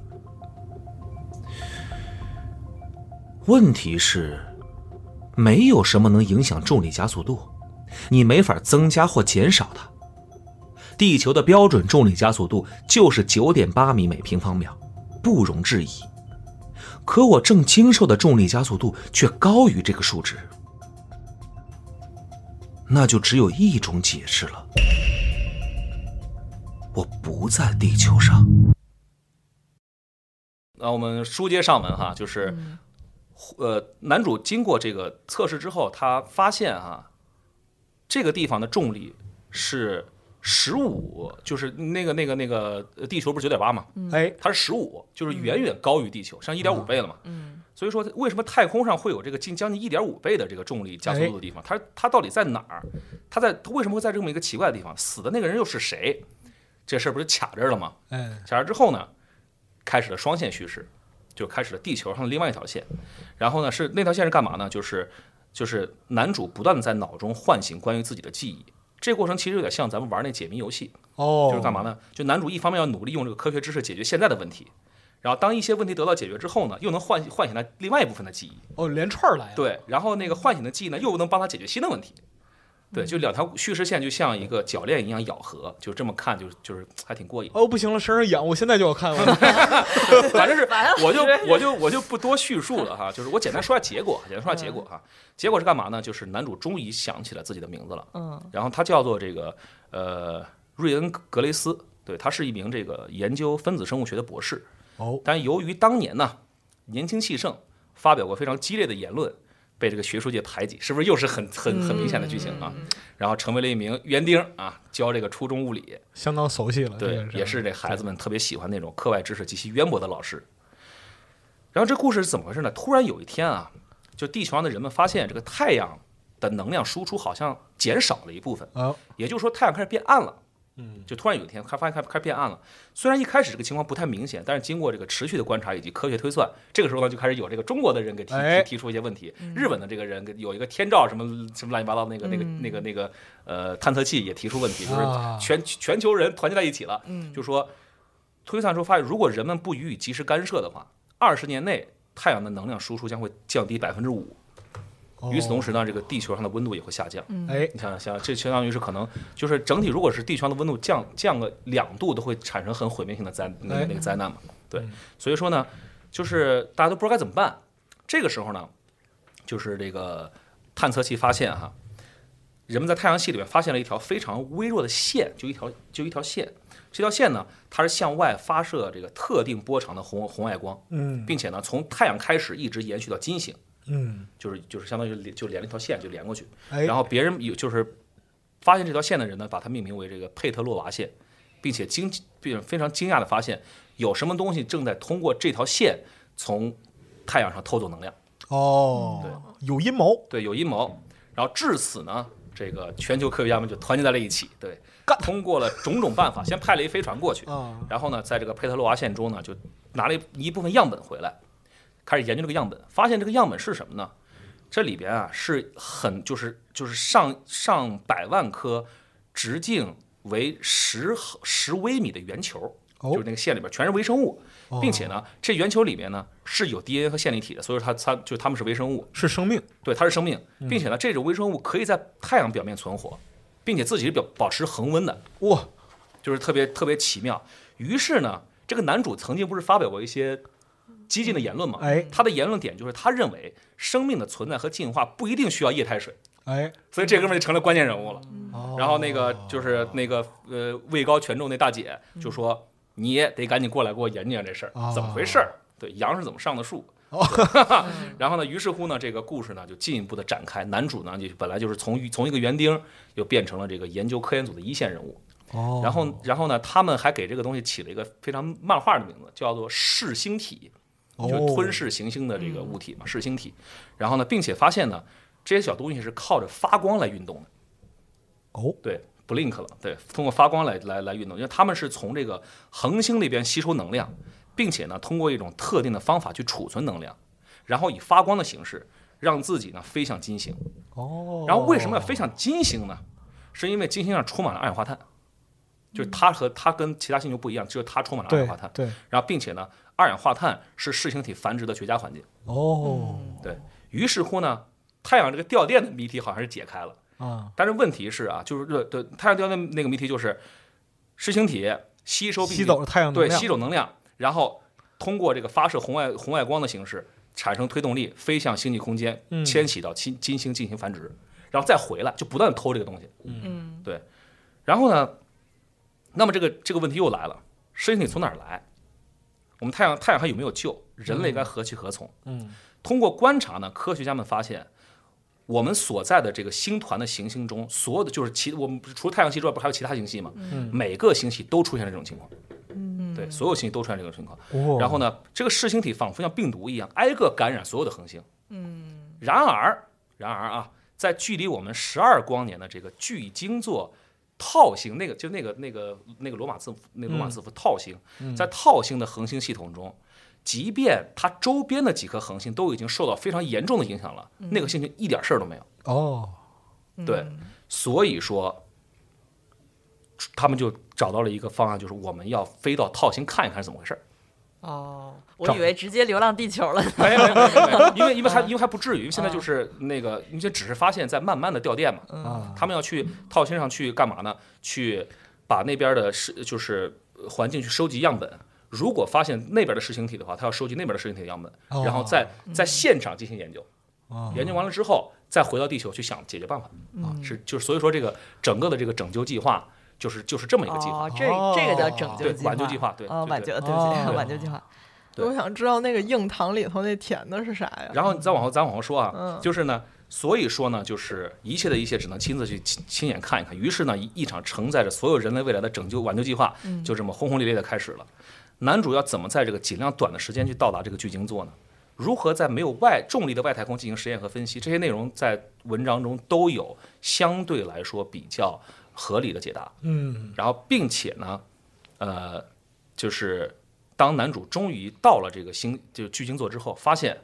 F: 问题是，没有什么能影响重力加速度，你没法增加或减少它。地球的标准重力加速度就是九点八米每平方秒，不容置疑。可我正经受的重力加速度却高于这个数值。那就只有一种解释了，我不在地球上。
E: 啊，我们书接上文哈，就是、呃，男主经过这个测试之后，他发现哈、这个地方的重力是十五，就是那个那个那个呃地球不是九点八嘛，
B: 嗯
D: 哎，
E: 它是十五，就是远远高于地球，上一点五倍了嘛。
B: 嗯，
E: 所以说，为什么太空上会有这个近将近一点五倍的这个重力加速度的地方？它它到底在哪儿？它在它为什么会在这么一个奇怪的地方？死的那个人又是谁？这事儿不就卡这儿了吗？
D: 哎，
E: 卡这儿之后呢，开始了双线叙事，就开始了地球上的另外一条线。然后呢，是那条线是干嘛呢？就是就是男主不断的在脑中唤醒关于自己的记忆。这个过程其实有点像咱们玩那解谜游戏，
D: 哦，
E: 就是干嘛呢？就男主一方面要努力用这个科学知识解决现在的问题，然后当一些问题得到解决之后呢，又能唤唤醒他另外一部分的记忆。
D: 哦，连串儿来啊，
E: 对，然后那个唤醒的记忆呢，又能帮他解决新的问题。对，就两条叙事线就像一个铰链一样咬合，就这么看就就是还挺过瘾。
D: 哦，不行了，身上痒，我现在就要看 完。
E: 反正是
B: 完了
E: 我就我就我就不多叙述了哈，就是我简单说下结果，简单说下结果哈。结果是干嘛呢？就是男主终于想起了自己的名字了，
B: 嗯，
E: 然后他叫做这个呃瑞恩格雷斯，对他是一名这个研究分子生物学的博士。
D: 哦，
E: 但由于当年呢年轻气盛，发表过非常激烈的言论，被这个学术界排挤，是不是又是很很很明显的剧情啊？然后成为了一名园丁啊，教这个初中物理，
D: 相当熟悉了，这
E: 对
D: 个，
E: 也是这孩子们特别喜欢那种课外知识极其渊博的老师。然后这故事是怎么回事呢？突然有一天啊，就地球上的人们发现这个太阳的能量输出好像减少了一部分，
D: 啊，
E: 也就是说太阳开始变暗了。
D: 嗯，
E: 就突然有一天，开发现开开始变暗了。虽然一开始这个情况不太明显，但是经过这个持续的观察以及科学推算，这个时候呢就开始有这个中国的人给提
D: 哎
E: 提提出一些问题，日本的这个人给有一个天照什么什么乱七八糟那个那个那个那个呃探测器也提出问题，就是
D: 啊
E: 全全球人团结在一起了，就说推算出发现，如果人们不予以及时干涉的话，二十年内太阳的能量输出将会降低百分之五。
D: 哦
E: 与此同时呢，这个地球上的温度也会下降。
D: 哎，
E: 你想想，这相当于是可能就是整体，如果是地球上的温度降降个两度，都会产生很毁灭性的灾那
D: 哎
E: 个那个灾难嘛。对，
D: 嗯
E: 所以说呢，就是大家都不知道该怎么办。这个时候呢，就是这个探测器发现哈，人们在太阳系里面发现了一条非常微弱的线，就一条就一条线。这条线呢，它是向外发射这个特定波长的红红外光，
D: 嗯
E: 并且呢，从太阳开始一直延续到金星，
D: 嗯，
E: 就是就是相当于连就连了一条线就连过去。
D: 哎，
E: 然后别人有就是发现这条线的人呢，把它命名为这个佩特洛娃线，并且惊并非常惊讶的发现，有什么东西正在通过这条线从太阳上偷走能量。
D: 哦，有阴谋，
E: 对，有阴谋。然后至此呢，这个全球科学家们就团结在了一起，对，通过了种种办法，先派了一飞船过去，
D: 啊
E: 然后呢，在这个佩特洛娃线中呢，就拿了一一部分样本回来，开始研究这个样本，发现这个样本是什么呢？这里边啊是很就是就是上上百万颗直径为十毫十微米的圆球，
D: 哦
E: 就是那个线里边全是微生物，
D: 哦
E: 并且呢，这圆球里面呢是有 DNA 和线粒体的，所以说它它就是它们是微生物，
D: 是生命，
E: 对，它是生命，并且呢，这种微生物可以在太阳表面存活，并且自己是表保持恒温的，
D: 哇，
E: 就是特别特别奇妙。于是呢，这个男主曾经不是发表过一些激进的言论嘛？
D: 哎
E: 他的言论点就是他认为生命的存在和进化不一定需要液态水，
D: 哎，
E: 所以这哥们儿就成了关键人物了。
D: 哦
E: 然后那个就是那个呃位高权重那大姐就说：“你也得赶紧过来给我研究研究这事儿
D: 哦，
E: 怎么回事儿？对，羊是怎么上的树？”对然后呢，于是乎呢，这个故事呢就进一步的展开。男主呢，就本来就是从从一个园丁，又变成了这个研究科研组的一线人物。
D: 哦，
E: 然后，然后呢，他们还给这个东西起了一个非常漫画的名字，叫做噬星体，
D: 哦
E: 就是吞噬行星的这个物体
D: 嗯
E: 嘛，噬星体。然后呢，并且发现呢，这些小东西是靠着发光来运动的。
D: 哦，
E: 对，blink 了，对，通过发光来来来运动，因为他们是从这个恒星那边吸收能量，并且呢，通过一种特定的方法去储存能量，然后以发光的形式让自己呢飞向金星。
D: 哦，
E: 然后为什么要飞向金星呢？是因为金星上充满了二氧化碳，就是它和它跟其他星球不一样，只有它充满了二
D: 对
E: 氧化碳。
D: 对，
E: 然后并且呢，二氧化碳是噬星体繁殖的绝佳环境。
D: 哦
E: 对于是乎呢，太阳这个掉电的谜题好像是解开了，
D: 啊，
E: 但是问题是啊，就是对对，太阳掉电那个谜题就是噬星体吸收并
D: 吸走了太阳能
E: 对
D: 量，
E: 吸走能量，然后通过这个发射红外红外光的形式产生推动力，飞向星际空间，
D: 嗯
E: 迁徙到金金星进行繁殖，然后再回来就不断地偷这个东西。
B: 嗯，
E: 对。然后呢，那么这个这个问题又来了，摄影体从哪儿来？我我们太阳太阳还有没有救？人类该何去何从？
D: 嗯
E: 通过观察呢，科学家们发现，我们所在的这个星团的行星中，所有的就是其我们不是除了太阳系之外，不是还有其他行星系吗？
D: 嗯，
E: 每个星系都出现了这种情况。对，所有星系都出现这种情况。
D: 哦
E: 然后呢，这个噬星体仿佛像病毒一样，挨个感染所有的恒星。嗯。然而，然而啊，在距离我们十二光年的这个巨鲸座套星，那个就那个那个那个罗马字符，那个罗马字符套星，在套星的恒星系统中，即便它周边的几颗恒星都已经受到非常严重的影响了，那个星星一点事儿都没有。
D: 哦，
E: 对，所以说他们就找到了一个方案，就是我们要飞到套星看一看是怎么回事儿。
B: 哦，我
D: 找
B: 以为直接流浪地球了呢。
E: 没有没有没有没 有，因为因为
D: 嗯
E: 还因为还不至于，因为现在就是那个，你就只是发现在慢慢的掉电嘛。
D: 啊，
E: 他们要去套星上去干嘛呢？去把那边的是就是呃环境去收集样本。如果发现那边的视星体的话，他要收集那边的视星体的样本，
D: 哦
E: 然后在在现场进行研究。
D: 哦嗯
E: 研究完了之后，再回到地球去想解决办法。啊，是就是所以说这个整个的这个拯救计划就是就是这么一个计划。
B: 哦，这这个叫拯
E: 对
B: 救计划，
E: 挽救计划对
B: 哦，
E: 对
B: 挽
E: 对
B: 救，对不
D: 哦
B: 起，挽救计划。
E: 对
C: 我想知道那个硬糖里头那甜的是啥呀？
E: 然后你再往后，咱往后说啊，
C: 嗯
E: 就是呢，所以说呢，就是一切的一切只能亲自去亲亲眼看一看。于是呢，一一场承载着所有人类未来的拯救挽救计划，
C: 嗯
E: 就这么轰轰烈烈的开始了。男主要怎么在这个尽量短的时间去到达这个巨鲸座呢？如何在没有外重力的外太空进行实验和分析？这些内容在文章中都有相对来说比较合理的解答。
D: 嗯
E: 然后并且呢，呃，就是当男主终于到了这个星，就是巨鲸座之后，发现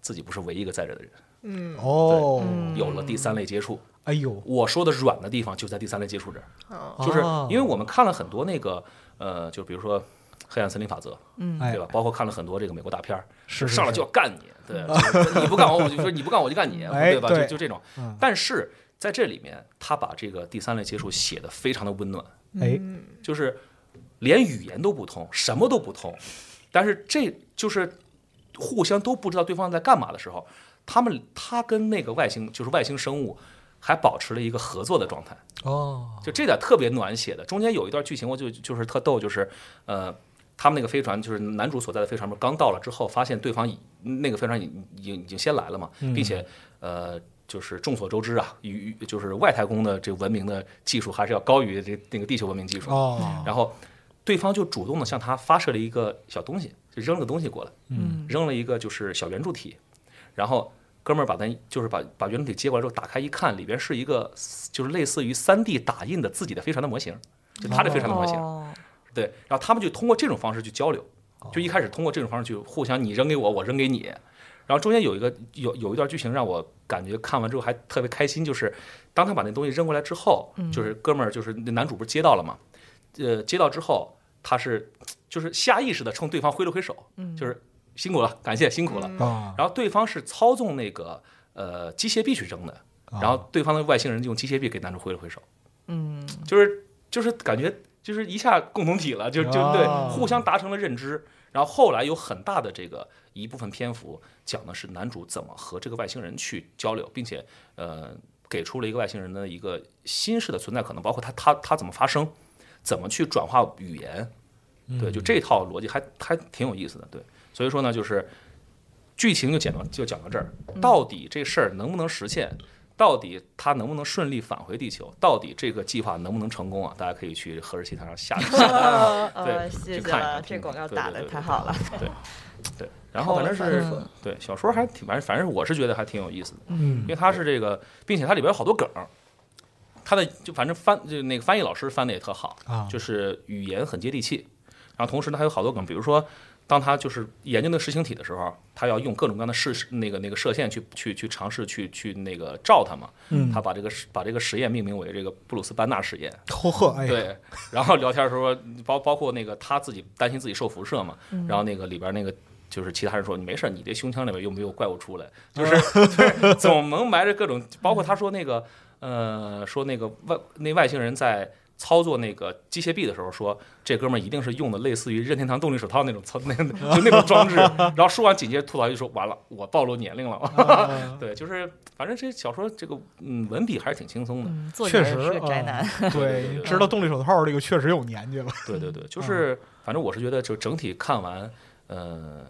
E: 自己不是唯一一个在这的人，嗯
D: 哦，
E: 有了第三类接触。
D: 哎呦，
E: 我说的软的地方就在第三类接触这儿，
C: 哦
E: 就是
D: 哦
E: 因为我们看了很多那个，呃，就比如说。黑暗森林法则，
D: 哎
E: 对吧？包括看了很多这个美国大片儿，
D: 是是
E: 上来
D: 是
E: 就要干你，对， 就是你不干我，我就说你不干我就干你，
D: 哎
E: 对吧？
D: 对嗯
E: 就就这种。但是在这里面，他把这个第三类接触写的非常的温暖，
D: 哎，
E: 就是连语言都不通，什么都不通，但是这就是互相都不知道对方在干嘛的时候，他们他跟那个外星就是外星生物还保持了一个合作的状态，
D: 哦，
E: 就这点特别暖写的。中间有一段剧情，我就就是特逗，就是呃。他们那个飞船就是男主所在的飞船，不是刚到了之后，发现对方已那个飞船已已经已经先来了嘛，并且呃，就是众所周知啊，与与就是外太空的这文明的技术还是要高于这那个地球文明技术。
D: 哦，
E: 然后对方就主动的向他发射了一个小东西，就扔了个东西过来，嗯，扔了一个就是小圆柱体，然后哥们儿把咱就是把把圆柱体接过来之后打开一看，里边是一个就是类似于3 D 打印的自己的飞船的模型，就他的飞船的模型，
B: 哦，
E: 对，然后他们就通过这种方式去交流，就一开始通过这种方式去互相你扔给我，我扔给你。然后中间有一个有有一段剧情让我感觉看完之后还特别开心，就是当他把那东西扔过来之后，就是哥们儿就是那男主不是接到了嘛，呃，接到之后他是就是下意识的冲对方挥了挥手，就是辛苦了，感谢辛苦了。
D: 啊，
E: 然后对方是操纵那个呃机械臂去扔的，然后对方的外星人用机械臂给男主挥了挥手，嗯，就是就是感觉就是一下共同体了，就就对
D: 哦，
E: 互相达成了认知。然后后来有很大的这个一部分篇幅讲的是男主怎么和这个外星人去交流，并且呃给出了一个外星人的一个新式的存在可能，包括他他他怎么发声，怎么去转化语言，对，就这套逻辑还还挺有意思的，对。所以说呢，就是剧情就讲到就讲到这儿，到底这事儿能不能实现？到底他能不能顺利返回地球？到底这个计划能不能成功啊？大家可以去核日奇坛上 下一下。
B: 呃
E: 啊对
B: 呃，谢
E: 去
B: 谢
E: 看一看
B: 了，
E: 听
B: 这
E: 听
B: 广告
E: 对
B: 打
E: 对
B: 的
E: 对
B: 太
E: 对
B: 好了。
E: 对，然后
C: 好
E: 反
C: 了
E: 正是
C: 反
E: 对小说还挺，反正反正我是觉得还挺有意思的，
D: 嗯
E: 因为它是这个，并且它里边有好多梗儿，它的就反正翻就那个翻译老师翻的也特好，
D: 啊，
E: 就是语言很接地气。然后同时呢，还有好多梗，比如说，当他就是研究那个实星体的时候，他要用各种各样的试那个那个射线去去去尝试去去那个照它嘛。
D: 嗯
E: 他把这个实把这个实验命名为这个布鲁斯班纳实验。
D: 嚯呵，哎呀，
E: 对，然后聊天的时候，包包括那个他自己担心自己受辐射嘛，然后那个里边那个。就是其他人说你没事儿，你这胸腔里边又没有怪物出来，就是
D: 嗯
E: 就是总能埋着各种，包括他说那个呃说那个外那外星人在操作那个机械臂的时候说这哥们儿一定是用的类似于任天堂动力手套那种操 那就那种装置，然后说完紧接着吐槽就说完了我暴露年龄了， 对，就是反正这小说这个嗯文笔还是挺轻松的，
B: 嗯，作者
D: 确
B: 也
D: 实
B: 是个宅
D: 啊
B: 男。
D: 对，知道动力手套这个确实有年纪了。
E: 对对对，就是反正我是觉得，就整体看完，呃，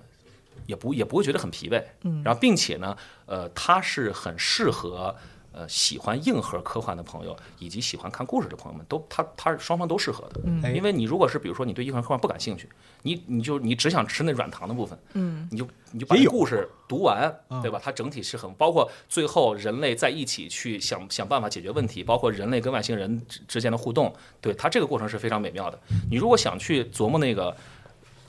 E: 也不也不会觉得很疲惫。
B: 嗯
E: 然后并且呢，呃，它是很适合。呃，喜欢硬核科幻的朋友，以及喜欢看故事的朋友们，都他他是双方都适合的。
D: 哎
E: 因为你如果是比如说你对硬核科幻不感兴趣，你你就你只想吃那软糖的部分，
B: 嗯，
E: 你就你就把
D: 也
E: 这
D: 有
E: 故事读完
D: 嗯，
E: 对吧？它整体是很包括最后人类在一起去想想办法解决问题，包括人类跟外星人之之间的互动，对它这个过程是非常美妙的。你如果想去琢磨那个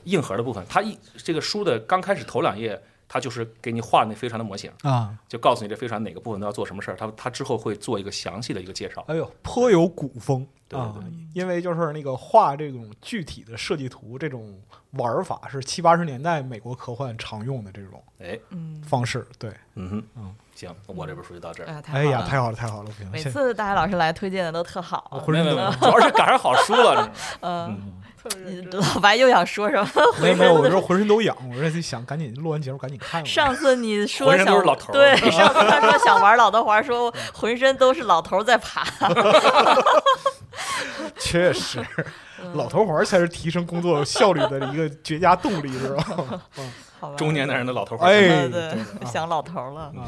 E: 硬核的部分，它一这个书的刚开始头两页，它就是给你画那飞船的模型，
D: 啊，
E: 就告诉你这飞船哪个部分都要做什么事儿。它它之后会做一个详细的一个介绍。
D: 哎呦，颇有古风
E: 对
D: 啊
E: 对对。
D: 因为就是那个画这种具体的设计图，这种玩法是七八十年代美国科幻常用的这种
E: 哎，
D: 方式。对，
E: 嗯哼，
D: 嗯
E: 行，我这本书就到这儿。
B: 哎，太好
D: 哎呀，
B: 了
D: 太好了，太好了，不行，
B: 每
D: 现
B: 次哦大海老师来推荐的都特好，
D: 浑
E: 没有
D: 身
E: 没
D: 都
E: 有，没有主要是赶上好书了。
B: 嗯，
C: 特别
B: 你
C: 认真。
B: 老白又想说什么？
D: 没有没有，我这浑身都痒，我这就想赶紧录完节目赶紧看。
B: 上次你说
E: 嗯浑身
B: 想
E: 都是老头儿
B: 对，上次他说想玩老头环，说浑身都是老头在爬。
D: 确实，老头环儿才是提升工作效率的一个绝佳动力，知道吗？
B: 好吧，
E: 中年男人的老头儿，
D: 哎
B: 嗯
D: 对
B: 对
D: 的，啊
B: 想老头了，
D: 啊，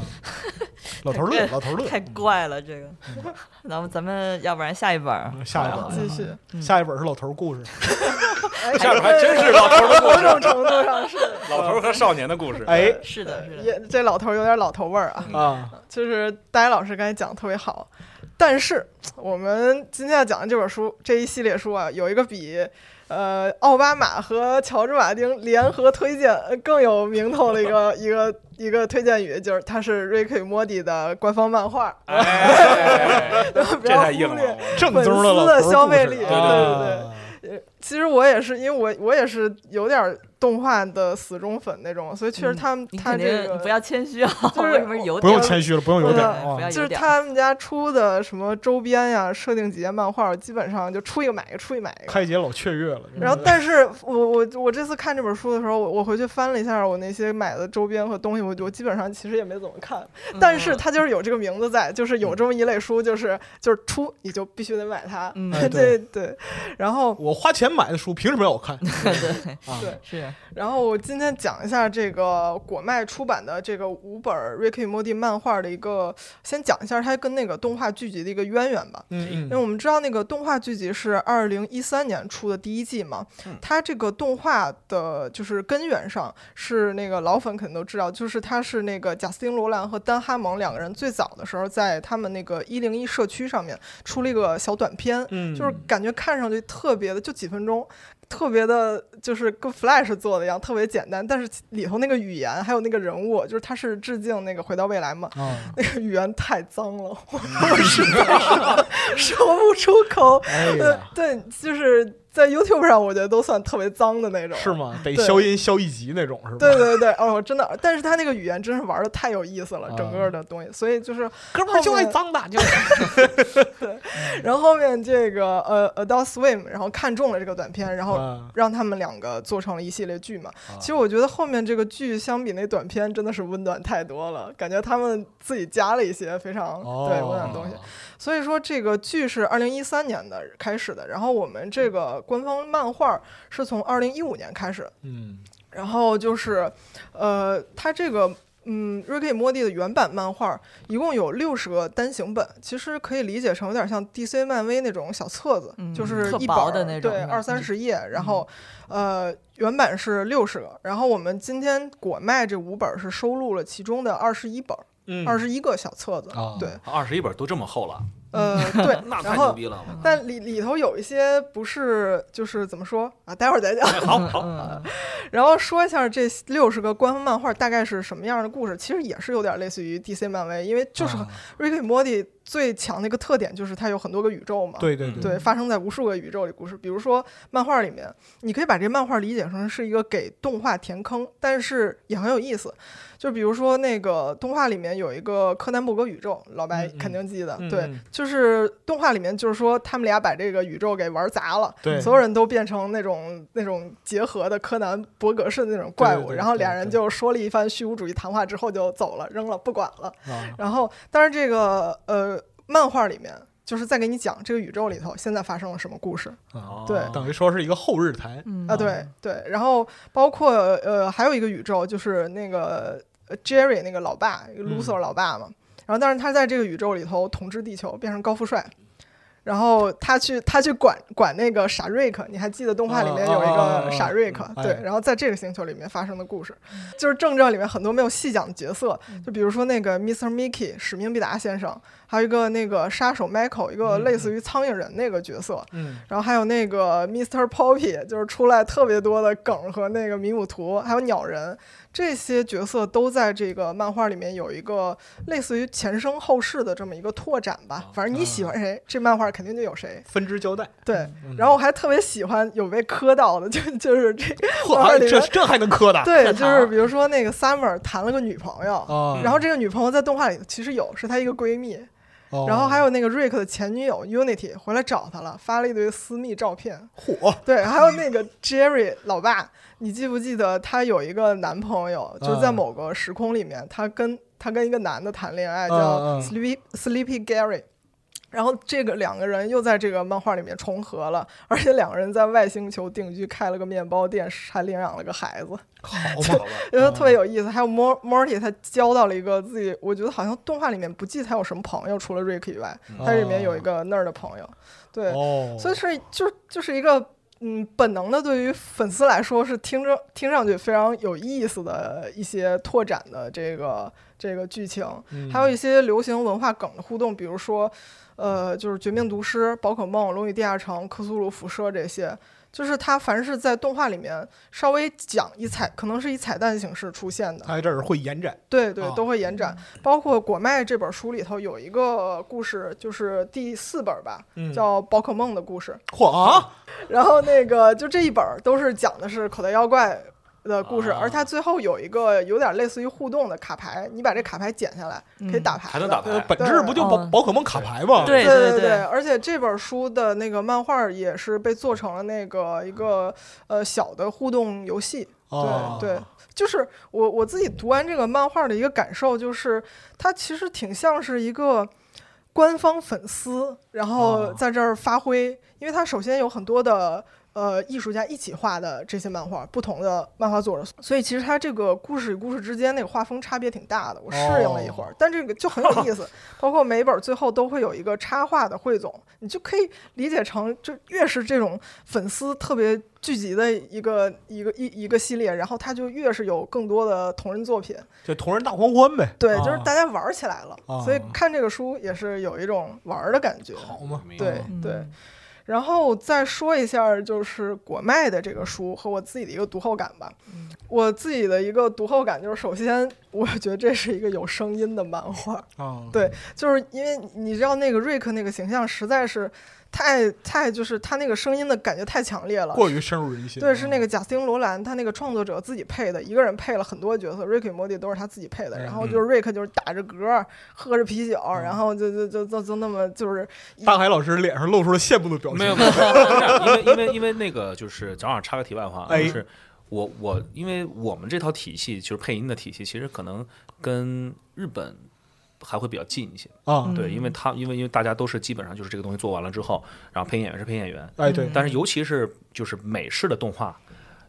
D: 老头儿乐，老头儿
C: 嗯
D: 乐，
B: 太怪了这个。 那么咱们要不然下一本儿
D: 嗯。下一本儿
C: 继续，
D: 嗯，下一本儿是老头儿故事，
E: 下边还真 是老头儿的故
C: 哎某种
E: 事，
C: 程度上是，
E: 老头儿和少年的故事。
D: 哎
C: 嗯
B: 是的，是的，
C: 也这老头儿有点老头味儿啊。
D: 啊，
C: 就是大家老师刚才讲的特别好，但是我们今天要讲的这本书，这一系列书啊，有一个比呃奥巴马和乔治马丁联合推荐呃更有名头的一个一个一个推荐语，就是它是瑞克与莫蒂的官方漫画，
E: 哎，
C: 不
E: 这
C: 要
E: 太硬
C: 忽
E: 了
C: 略。。
D: 正宗的老头
C: 粉
D: 儿故
C: 丝的
D: 事
C: 消费力，对
E: 对
C: 对
D: 啊
C: 对。其实我也是，因为我我也是有点儿动画的死忠粉那种，所以确实他们、
B: 嗯你
C: 他
B: 肯
C: 这
B: 定
C: 个
B: 你不要谦虚啊，
C: 就是
B: 为什么有
D: 不
B: 点
D: 用
B: 儿
D: 谦虚了，不用有点儿
B: 对不要
D: 啊，
C: 嗯就
B: 有
C: 是
B: 点
C: 他们家出的什么周边呀、设定集啊、漫画，基本上就出一个买一个，出一个买一个。
D: 开节老雀跃了。
B: 嗯
C: 然后，但是我我我这次看这本书的时候，我我回去翻了一下我那些买的周边和东西，我我基本上其实也没怎么看。
B: 嗯
C: 但是它就是有这个名字在，就是有这么一类书，就是就是出你就必须得买它。
B: 嗯
D: 哎
C: 对
D: 对
C: 对。然后
D: 我花钱买的书，凭什么要我看？
B: 对，
D: 啊
C: 对
B: 是
C: 然后我今天讲一下这个果麦出版的这个五本《瑞克与莫蒂》漫画的一个，先讲一下它跟那个动画剧集的一个渊源吧。
D: 嗯
C: 因为我们知道那个动画剧集是二零一三年出的第一季嘛，
D: 嗯
C: 它这个动画的就是根源上是那个老粉肯定都知道，就是它是那个贾斯汀·罗兰和丹·哈蒙两个人最早的时候在他们那个一零一社区上面出了一个小短片，
D: 嗯，
C: 就是感觉看上去特别的，就几分钟，特别的，就是跟 Flash 做的一样，特别简单。但是里头那个语言还有那个人物，就是它是致敬那个《回到未来》嘛，
D: 啊，
C: 那 个语言太脏了， 我实在是 说不出口。
D: 哎
C: 呃
D: 呀，，
C: 对，就是在 YouTube 上，我觉得都算特别脏的那种。
D: 是？吗？得
C: 对
D: 消音消一集那种是吧？
C: 对对对，哦，真的，但是他那个语言真是玩的太有意思了，整个
D: 啊
C: 的东西，所以就是
D: 哥们儿就爱
C: 后面
D: 脏的，就
C: 然后后面这个呃 Adult Swim，然后看中了这个短片，然后
D: 啊
C: 让他们两个做成了一系列剧嘛。
E: 啊
C: 其实我觉得后面这个剧相比那短片真的是温暖太多了，感觉他们自己加了一些非常、
D: 哦
C: 对温暖的东西。所以说这个剧是二零一三年的开始的，然后我们这个官方漫画是从二零一五年开始的
D: 嗯，
C: 然后就是，呃，它这个嗯，瑞克与莫蒂的原版漫画一共有六十个单行本，其实可以理解成有点像 DC 漫威那种小册子，
B: 嗯
C: 就是
B: 特
C: 一本
B: 薄
C: 儿
B: 的那种
C: 对，
B: 嗯
C: 二三十页。然后，呃，原版是六十个，然后我们今天果麦这五本儿是收录了其中的二十一本儿，
D: 嗯
C: 二十一个小册子。
D: 啊
C: 对，
E: 二十一本都这么厚了，
C: 呃，对，
E: 那太
C: 然
E: 牛
C: 后。
E: 逼 了！我
C: 但里里头有一些不是，就是怎么说啊？待会儿再讲。
D: 嗯
E: 哎好好，
C: 然后说一下这六十个官方漫画大概是什么样的故事，其实也是有点类似于 DC 漫威，因为就是
D: 啊
C: Rick and Morty 最强的一个特点就是它有很多个宇宙嘛，
D: 对对
C: 对，发生在无数个宇宙里故事。比如说漫画里面，你可以把这漫画理解成是一个给动画填坑，但是也很有意思。就比如说那个动画里面有一个柯南伯格宇宙，老白
D: 嗯嗯
C: 肯定记得，
D: 嗯
C: 对
D: 嗯，
C: 就是动画里面就是说他们俩把这个宇宙给玩砸了，
D: 对
C: 所有人都变成那种那种结合的柯南伯格式的那种怪物，
D: 对对对
C: 然后
D: 对
C: 俩人
D: 对
C: 就说了一番虚无主义谈话之后就走了，扔了不管了。
D: 啊
C: 然后，但是这个呃，漫画里面就是在给你讲这个宇宙里头现在发生了什么故事
D: 啊，
C: 对
D: 等于说是一个后日谈。
B: 嗯
C: 啊，对对，然后包括呃还有一个宇宙就是那个呃 Jerry 那个老爸一个
D: 嗯
C: loser 老爸嘛，然后但是他在这个宇宙里头统治地球，变成高富帅。然后他去，他去管管那个傻瑞克，你还记得动画里面有一
D: 啊啊啊
C: 个
D: 啊
C: 傻瑞克，
D: 嗯
C: 对
D: 哎，
C: 然后在这个星球里面发生的故事，就是正传里面很多没有细讲的角色，
D: 嗯
C: 就比如说那个 Mr. Mickey 史明必达先生，还有一个那个杀手 Michael，一个
D: 嗯
C: 类似于苍蝇人那个角色，
D: 嗯，
C: 然后还有那个 Mr. Poppy，就是出来特别多的梗和那个迷雾图，还有鸟人这些角色都在这个漫画里面有一个类似于前生后世的这么一个拓展吧。反正你喜欢谁，这漫画肯定就有谁。
D: 分支交代。
C: 对，
D: 嗯
C: 然后我还特别喜欢有被磕到的，就就是这 漫画
D: 嚯，
C: 里
D: 这
C: 面，
D: 这还能磕的？
C: 对，
B: 课
C: 就
B: 堂
C: 是比如说那个 Summer 谈了个女朋友，
D: 啊，
C: 然后这个女朋友在动画里其实有，是她一个闺蜜，
D: 哦
C: 然后还有那个瑞克的前女友 Unity 回来找他了，发了一堆私密照片。
D: 嚯，
C: 对，还有那个 Jerry 老爸，你记不记得他有一个男朋友，就是在
D: 嗯
C: 某个时空里面，他跟他跟一个男的谈恋爱，
D: 嗯
C: 叫
D: 嗯
C: Sleepy Sleepy Gary。然后这个两个人又在这个漫画里面重合了，而且两个人在外星球定居，开了个面包店，还领养了个孩子。
D: 好嘛，
C: 觉得特
D: 嗯
C: 别有意思。还有 Mor Morty，他交到了一个自己，我觉得好像动画里面不记得他有什么朋友，除了 Rick 以外，他里面有一个那儿的朋友，对，
D: 哦，
C: 所以是就是就是一个。嗯，本能的对于粉丝来说是听着听上去非常有意思的一些拓展的这个这个剧情，
D: 嗯
C: 还有一些流行文化梗的互动，比如说，呃，就是《绝命毒师》、宝可梦、龙与地下城、克苏鲁辐射这些，就是它凡是在动画里面稍微讲一彩，可能是以彩蛋形式出现的，
D: 它这儿会延展。
C: 对对
D: 啊，
C: 都会延展。包括《果麦》这本书里头有一个故事，就是第四本吧，
D: 嗯
C: 叫《宝可梦》的故事。
D: 嚯啊，
C: 然后那个就这一本儿都是讲的是口袋妖怪的故
D: 啊
C: 事，而它最后有一个有点类似于互动的卡牌，你把这卡牌剪下来可以
B: 嗯
C: 打牌的，
E: 还能打牌
D: 呃本质不就宝
B: 嗯
D: 宝可梦卡牌吗？
B: 对
C: 对
B: 对
C: 对，而且这本书的那个漫画儿也是被做成了那个一个呃小的互动游戏。
D: 哦
E: 啊
C: 对对，就是我我自己读完这个漫画儿的一个感受，就是它其实挺像是一个官方粉丝，然后
D: 哦
C: 在这儿发挥，因为它首先有很多的。呃，艺术家一起画的这些漫画儿，不同的漫画作者，所以其实它这个故事与故事之间那个画风差别挺大的。我适应了一会儿，但这个就很有意思。包括每一本儿最后都会有一个插画的汇总，你就可以理解成，就越是这种粉丝特别聚集的一个一个一一个系列，然后它就越是有更多的同人作品。
D: 就同人大狂欢呗。
C: 对，
D: 啊
C: 就是大家玩儿起来了，
D: 啊
C: 所以看这个书也是有一种玩儿的感觉。
D: 好嘛，
C: 对
B: 嗯
D: 啊
C: 对。嗯然后再说一下，就是果麦的这个书和我自己的一个读后感吧。
D: 嗯
C: 我自己的一个读后感就是，首先我觉得这是一个有声音的漫画，
E: 嗯
D: 啊，
C: 对，就是因为你知道那个瑞克那个形象实在是太太就是他那个声音的感觉太强烈了。
D: 过于深入人心。
C: 对，是那个贾斯汀·罗兰，他那个创作者自己配的，一个人配了很多角色，瑞克与莫蒂都是他自己配
D: 嗯
C: 的。然后就是瑞克就是打着嗝儿，喝着啤酒，然后就就就就就那么就是
D: 嗯大海老师脸上露出了羡慕的表情。
E: 没有，没 有，是这样因为因为因为那个就是正好插个题外话啊，
D: 哎
E: 就是我我因为我们这套体系就是配音的体系，其实可能跟日本还会比较近一些，
C: 嗯
D: 啊，
E: 对，因为他因为因为大家都是基本上就是这个东西做完了之后，然后配音演员是配音演员，
D: 哎对，
E: 但是尤其是就是美式的动画，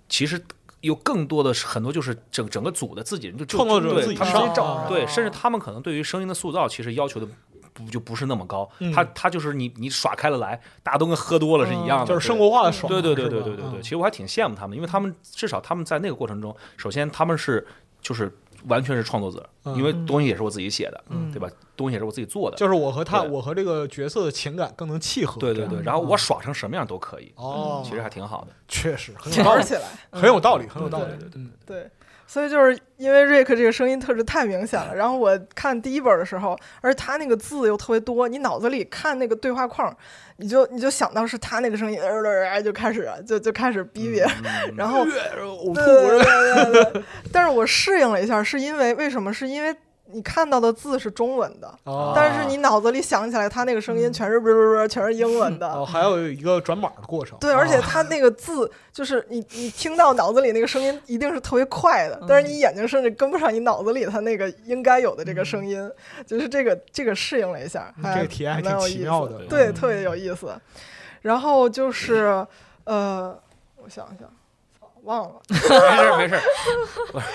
E: 其实有更多的是很多就是整整个组的自己人就就
D: 创作者
E: 对
D: 自己
E: 他们
C: 上
D: 上
C: 找
D: 啊
E: 对，甚至他们可能对于声音的塑造其实要求的不就不是那么高，
D: 嗯
E: 他他就是你你耍开了来，大家都跟喝多了是一样的，
D: 嗯就是
E: 对
D: 生。活化的爽。
E: 对对对
D: 是吧嗯
E: 对对对对，其实我还挺羡慕他们的，因为他们至少他们在那个过程中，首先他们是就是完全是创作者，
D: 嗯
E: 因为东西也是我自己写的，
B: 嗯
E: 对吧？东西也是我自己做的，
D: 就是我和他，
E: 对
D: 我和这个角色的情感更能契合。
E: 对
D: 这
E: 对
D: 样嗯
E: 对。然后我耍成什么样都可以，
D: 哦，
E: 其实还挺好的。
D: 确实很有道
C: 玩
D: 理，
C: 起来。
D: 很有道理，很有道理
C: 对。
D: 嗯，
C: 对，所以就是因为瑞克这个声音特质太明显了。然后我看第一本的时候，而且他那个字又特别多，你脑子里看那个对话框，你就你就想到是他那个声音，呃呃呃就开始就就开始逼别人， 然后呃
D: 月呕
C: 对对对对对。但是我适应了一下，是因为为什么？是因为你看到的字是中文的，
D: 哦
C: 但是你脑子里想起来它那个声音全是啵啵啵，全是英文的。
D: 哦，还有一个转码的过程。
C: 对，而且
D: 啊
C: 它那个字就是你你听到脑子里那个声音一定是特别快的，但是
E: 嗯
C: 你眼睛甚至跟不上你脑子里它那个应该有的这个
E: 嗯
C: 声音，就是这个这个适应了一下，
D: 嗯
C: 还
D: 这个体验还
C: 哎蛮
D: 挺
C: 有
D: 奇
C: 意
D: 妙
C: 思
D: 的
C: 对，
D: 嗯
C: 特别有意思。然后就是呃，我想一想，忘了，
E: 没事儿没事儿，不是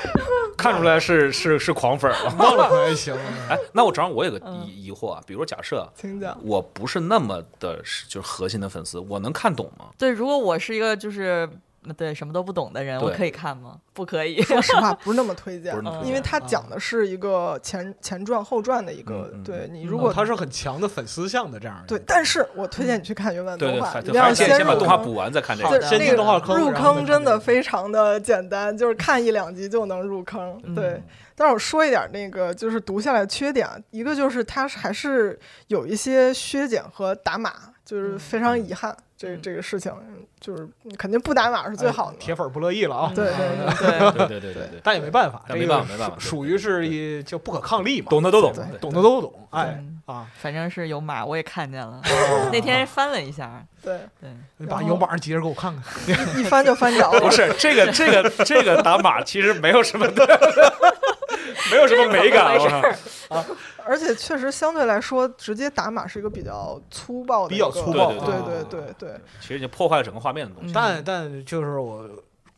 E: 看出来是是是狂粉儿了。
D: 忘了 还行，啊
E: 哎，那我正好我有个疑疑惑啊，比如假设
C: 请讲。
E: 我不是那么的是就是核心的粉丝，我能看懂吗？
B: 对，如果我是一个就是嗯对什么都不懂的人，我
E: 对
B: 可以看吗？不可以。
C: 说实话，不是那么 推荐
E: 不是那么推，荐啊
C: 因为它讲的是一个前前传后传的一个
E: 嗯嗯，
C: 对你如
D: 如
C: 果
D: 果他是很强的粉丝向的这样的，哎
C: 对，但是我推荐你去看原版
E: 对
C: 动
E: 对，
C: 画，
E: 还
C: 一定
E: 还是
C: 要
E: 先先把
C: 入
E: 动画
C: 坑
E: 补完再看这
B: 好
E: 个
C: 对，
B: 的
D: 先
C: 那
D: 进
C: 个
D: 动画坑
C: 入
D: 然后再
C: 坑
D: 看
C: 真
D: 这
C: 的
D: 个
C: 非常的简单，就是看一两集就能入坑。
D: 嗯
C: 对，但是我说一点那个，就是读下来的缺点，一个就是它是还是有一些削减和打码，就是非常遗憾。这个
B: 嗯
C: 这个事情就是肯定不打码是最好的
D: 哎
C: 嘛。
D: 铁粉儿不乐意了啊。
C: 对对对
B: 对，
E: 对对对对对，
D: 但也没办法，
E: 但
D: 这
E: 没
D: 个
E: 办法没办法
D: 属属
E: 对
D: 于
E: 对
D: 是
E: 对
D: 一就不可抗力嘛，
E: 懂的都懂
C: 对，
D: 懂的都懂，哎
B: 嗯
D: 啊，
B: 反正是有码，我也看见了。 那天翻了一下，
C: 哦对
B: 对，
D: 你把
C: 然后
D: 油板上截着给我看看，
C: 一翻就翻着
E: 不
C: 了。
E: 是这个这个这个打码其实没有什么的， 没有什么美感，啊我靠
C: 而且确实相对来说，直接打码是一个比较粗暴的
D: 比
C: 一
D: 较
C: 个，
D: 粗
E: 对
D: 暴，
E: 对
C: 对
D: 啊
C: 对对对，
E: 其实已经破坏了整个画面
C: 嗯
E: 的东西。
D: 但但就是我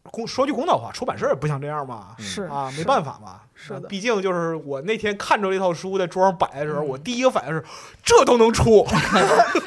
D: 公说句公道话，出版社也不想这样
E: 嗯
D: 嘛，
C: 是
D: 啊，没
C: 法。
D: 办法嘛。
C: 是
D: 啊
C: 的
D: 毕竟就是我那天看着这套书在桌上摆的时候，
C: 嗯
D: 我第一个反应是，这都能 出？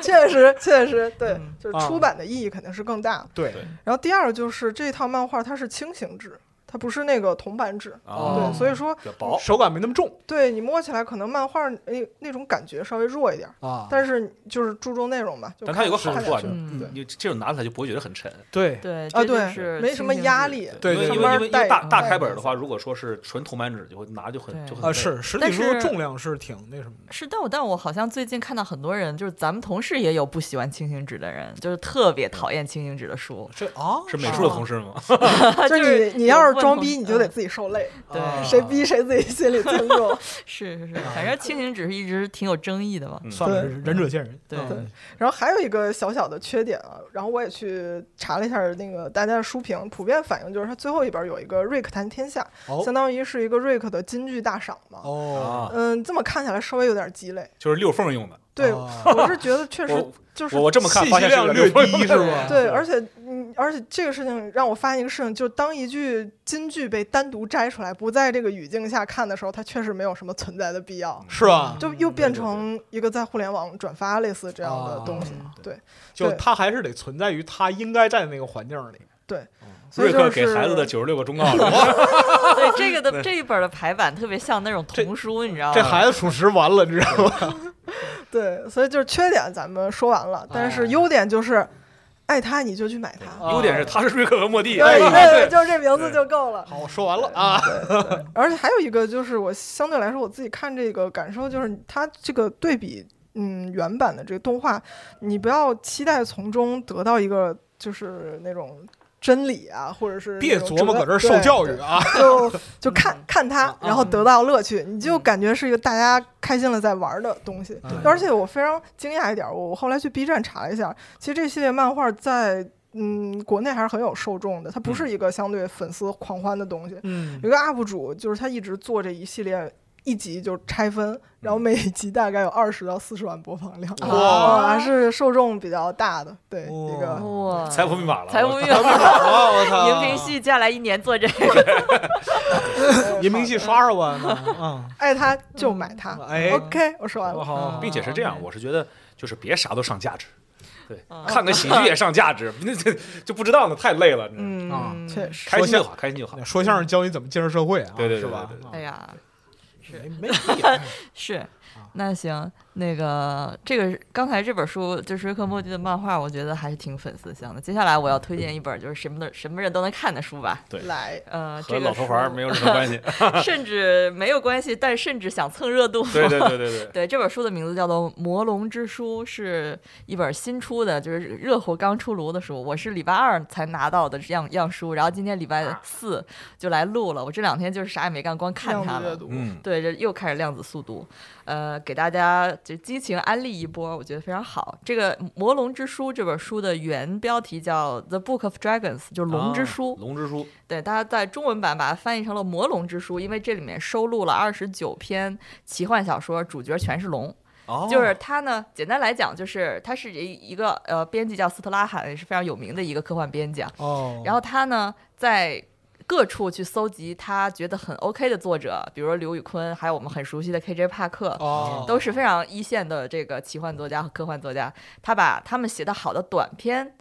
C: 确实，确实，对
B: 嗯，
C: 就是
D: 啊
C: 出版的意义肯定是更大。
D: 对
E: 对
C: 然后第二就是这套漫画它是轻型纸，它不是那个铜版纸，
E: 啊
D: 哦
C: 对，，所以说
E: 比较薄，
D: 手感没那么重
C: 对你摸起来可能漫画那那种感觉稍微弱一点，
D: 啊。
C: 但是就是注重内容嘛。就
E: 但它有个
C: 看
E: 好处啊，
C: 看
B: 嗯
E: 你你这种拿起来就不会觉得很沉。
D: 对
B: 对
C: 啊，
B: 这就
C: 对，
B: 是
C: 没什么
B: 清醒
C: 压
B: 之
C: 力
B: 举。
D: 对
E: 因
D: 对
E: 为因
C: 上班
E: 为因为
C: 带
E: 大
C: 着
E: 大
C: 带
E: 开
C: 着
E: 本的
C: 走
E: 话，如果说是纯铜版纸，就会拿就很
B: 对
E: 就很
D: 啊，
E: 累
D: 是实体
B: 但
D: 书
B: 是
D: 重量是挺那什么的，
B: 是，但我但我好像最近看到很多人，就是咱们同事也有不喜欢清醒纸的人，就是特别讨厌清醒纸的书。
D: 这啊
E: 是美术的同事吗？
C: 嗯就是你，你要
B: 有
C: 是
B: 不
C: 装
B: 同嗯
C: 逼，你就得自己受累，
B: 对
D: 嗯啊
C: 谁逼谁自己心里清楚。
B: 是是是，
C: 啊
B: 反正清醒纸是一直挺有争议的嘛。
E: 嗯
D: 算了，
C: 对
D: 仁者见仁。
B: 对
D: 嗯
C: 然后还有一个小小的缺点啊，然后我也去查了一下那个大家的书评，普遍反映就是它最后一本有一个瑞克谈天下，相
D: 哦
C: 当于是一个瑞克的金句大赏嘛。
D: 哦，
E: 啊，
C: 嗯，这么看起来稍微有点鸡肋。
E: 就是溜缝用的。
C: 对，
D: 哦
C: 我是觉得确实
E: 我
C: 就是
E: 我我这么看
D: 信
E: 发
D: 息
E: 现是
D: 量
E: 个
D: 略
E: 溜缝
D: 低
E: 用
D: 是
E: 的。
D: 吧？
C: 对，而且嗯，而且这个事情让我发现一个事情，就是当一句金句被单独摘出来，不在这个语境下看的时候，它确实没有什么存在的必要。
D: 是吧？
C: 就又变
E: 嗯对对
C: 成一个在互联网转发类似这样的东西，
E: 啊
C: 对，
D: 就
C: 对
D: 它还是得存在于它应该在那个环境里。
C: 所以
E: 瑞
C: 就
E: 克
C: 是
E: 给孩子的九十六个 忠告，我
B: 对这个的这一本的排版特别像那种童书，你知道
D: 这
B: 吗？
D: 孩子属实完了，你知道吗？
C: 对，所以就是缺点咱们说完了，但
E: 哎
C: 是优点就是，爱它你就去买它，
D: 啊
E: 优点是他是瑞克和莫蒂，
C: 对
E: 吧
C: 对，就是这名字就够了。
D: 好，说完了啊。
C: 而且还有一个就是，我相对来说我自己看这个感受就是，它这个对比，嗯，原版的这个动画，你不要期待从中得到一个就是那种真理啊，或者是那
D: 别
C: 种
D: 琢磨
C: 哲
D: 搁这儿受教育
C: 对
D: 啊！
C: 就就看看它
D: 啊，
C: 然后得到乐趣，你就感觉是一个大家开心了在玩的东西。
D: 对
C: 而且我非常惊讶一点，我我后来去 B 站查了一下，其实这系列漫画在嗯国内还是很有受众的，它不是一个相对粉丝狂欢的东西。
D: 嗯
C: 有一个 UP 主就是他一直做这一系列。一集就拆分，然后每一集大概有二十到四十万播放量，
D: 哇
C: 还是受众比较大的，对
D: 哇
C: 一个
B: 哇，
E: 财富密码了。
B: 财务
E: 我
B: 密码，
D: 啊，我 操！
B: 荧屏系下来一年做这个，
C: 呃
D: 银屏系刷刷吧啊！
C: 爱它就买它。
D: 哎
C: OK，我说完了。
D: 好，
E: 并且是这样，我是觉得就是别啥都上价值，对，
B: 嗯
E: 看个喜剧也上价值，那这就不知道呢，太累了，你知道吗
D: 啊
B: 嗯，
C: 确实，
E: 开心就好，开心就好。
D: 说
B: 哎
D: 相声教你怎么建设社会啊，
E: 对对对
D: 是吧
E: 对对？
B: 哎呀，
E: 啊
D: 没没必要
B: 是那行，那个这个刚才这本书就是瑞克莫蒂的漫画，我觉得还是挺粉丝向的。接下来我要推荐一本就是什么的什么人都能看的书吧。
E: 对
C: 来，
B: 呃，这
E: 和
B: 个
E: 老头环儿没
B: 有，
E: 有任何关 系。
B: 甚至没有关系，但甚至想蹭热度。
E: 对对对对对，
B: 对，这本书的名字叫做《魔龙之书》，是一本新出的，就是热乎刚出炉的书。我是礼拜二才拿到的样样书，然后今天礼拜
E: 啊
B: 四就来录了。我这两天就是啥也没干，光看
C: 量
B: 它
C: 子阅
B: 了。
C: 读，
E: 嗯，
B: 对，这又开始量子速读，呃，给大家就激情安利一波，我觉得非常好。这个《魔龙之书》这本书的原标题叫《The Book of Dragons》，就是《龙
E: 哦
B: 之书》
E: 啊龙之书，
B: 对，大家在中文版把它翻译成了《魔龙之书》，因为这里面收录了二十九篇奇幻小说，主角全是龙。
E: 哦
B: 就是它呢，简单来讲，就是它是一一个呃编辑叫斯特拉罕，也是非常有名的一个科幻编辑啊。
D: 哦，
B: 然后他呢，在各处去搜集他觉得很 OK 的作者，比如说刘宇昆，还有我们很熟悉的 KJ 帕克，
D: 哦，
B: 都是非常一线的这个奇幻作家和科幻作家。他把他们写的好的短篇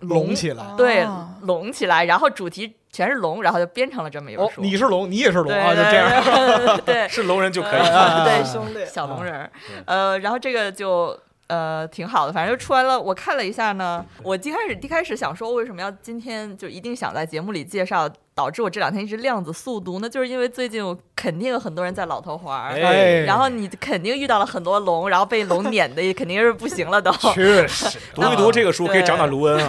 D: 拢起来。
B: 对
C: 啊
B: 拢起来，然后主题全是龙，然后就编成了这么一本
D: 哦，
B: 书。
D: 你是龙，你也是龙
B: 对
D: 啊，就这样。
B: 样，对，
E: 是龙人就可以。
D: 哎
B: 对，
C: 兄弟，
B: 小龙人儿，呃，然后这个就呃挺好的，反正就出来了。我看了一下呢，我一开始一开始想说为什么要今天就一定想在节目里介绍，导致我这两天一直量子速读呢，就是因为最近我肯定有很多人在老头环儿。
E: 哎，
D: 哎
B: 然后你肯定遇到了很多龙，然后被龙撵的肯定是不行了都。
D: 确实，
E: 读一读这个书可以长长卢恩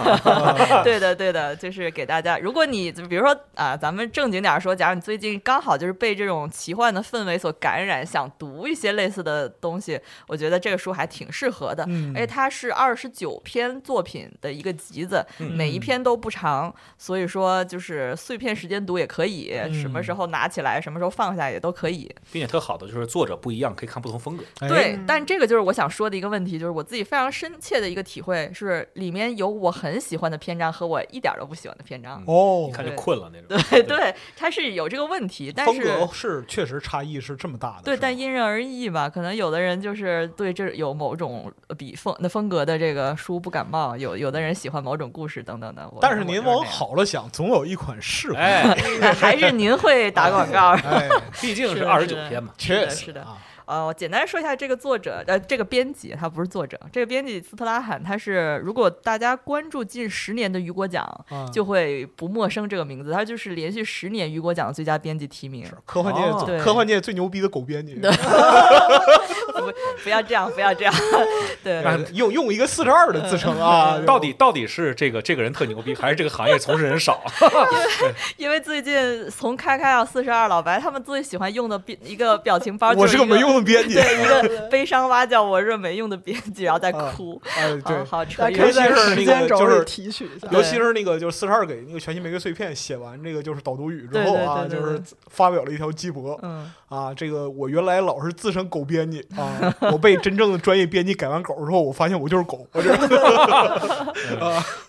E: 啊。
B: 对的，对的，就是给大家，如果你就比如说啊，咱们正经点儿说，假如你最近刚好就是被这种奇幻的氛围所感染，想读一些类似的东西，我觉得这个书还挺适合的。
D: 嗯
B: 而且它是二十九篇作品的一个集子，每一篇都不长，所以说就是碎片时间读也可以，
D: 嗯
B: 什么时候拿起来，什么时候放下也都可以。
E: 并且特好的就是作者不一样，可以看不同风格。
D: 哎
B: 对，但这个就是我想说的一个问题，就是我自己非常深切的一个体会，是里面有我很喜欢的篇章和我一点儿都不喜欢的篇章。
D: 哦
E: 一，看就困了那种。
B: 对对，它是有这个问题，但
D: 风格
B: 是
D: 是确实差异是这么大的。
B: 对，
D: 是吧
B: 但因人而异吧。可能有的人就是对这有某种笔风那风格的这个书不感冒，有有的人喜欢某种故事等等的。我
D: 但是
B: 我就
D: 您
B: 这
D: 往
B: 样，
D: 好了想，总有一款适合。。
E: 哎，
B: 哎还是您会打广告
D: 哎，
E: 毕竟
B: 是
E: 是
B: 的
E: 二十
B: 是
E: 九
B: 的
E: 篇嘛。
D: 确实
B: 是的
D: 啊，
B: 呃，我简单说一下这个作者，呃，这个编辑，他不是作者，这个编辑斯特拉罕，他是如果大家关注近十年的雨果奖，
D: 啊
B: 就会不陌生这个名字，他就是连续十年雨果奖最佳编辑提名。
D: 是科幻界
E: 哦
D: 最
B: 对
D: 科幻界最牛逼的狗编辑，
B: 不要这样，不要 这样，对，
D: 哎用用一个四十二的自称啊，
E: 到底到底是这个这个人特牛 逼，还是这个行业从事人少？
B: 因为最近从开开到四十二，老白他们最喜欢用的表一个表情包，
D: 我
B: 就是
D: 个没用的编辑。
B: 一个，对一个悲伤蛙叫我是没用的编辑，然后在哭，
D: 哎，对
B: 啊好，好扯
C: 大家
B: 远
C: 可
B: 了。
C: 以
D: 尤其是那个
C: 在时间轴
D: 就是
C: 里提取一下。
D: 尤其是那个就是四十二给那个《全新玫瑰碎片》写完这个就是导读语之
B: 对
D: 后
B: 对
D: 啊，
B: 对对
D: 就是
B: 对
D: 发表了一条鸡博
B: 嗯，
D: 啊，这个我原来老是自称狗编辑啊，我被真正的专业编辑改完狗之后，我发现我就是狗，我这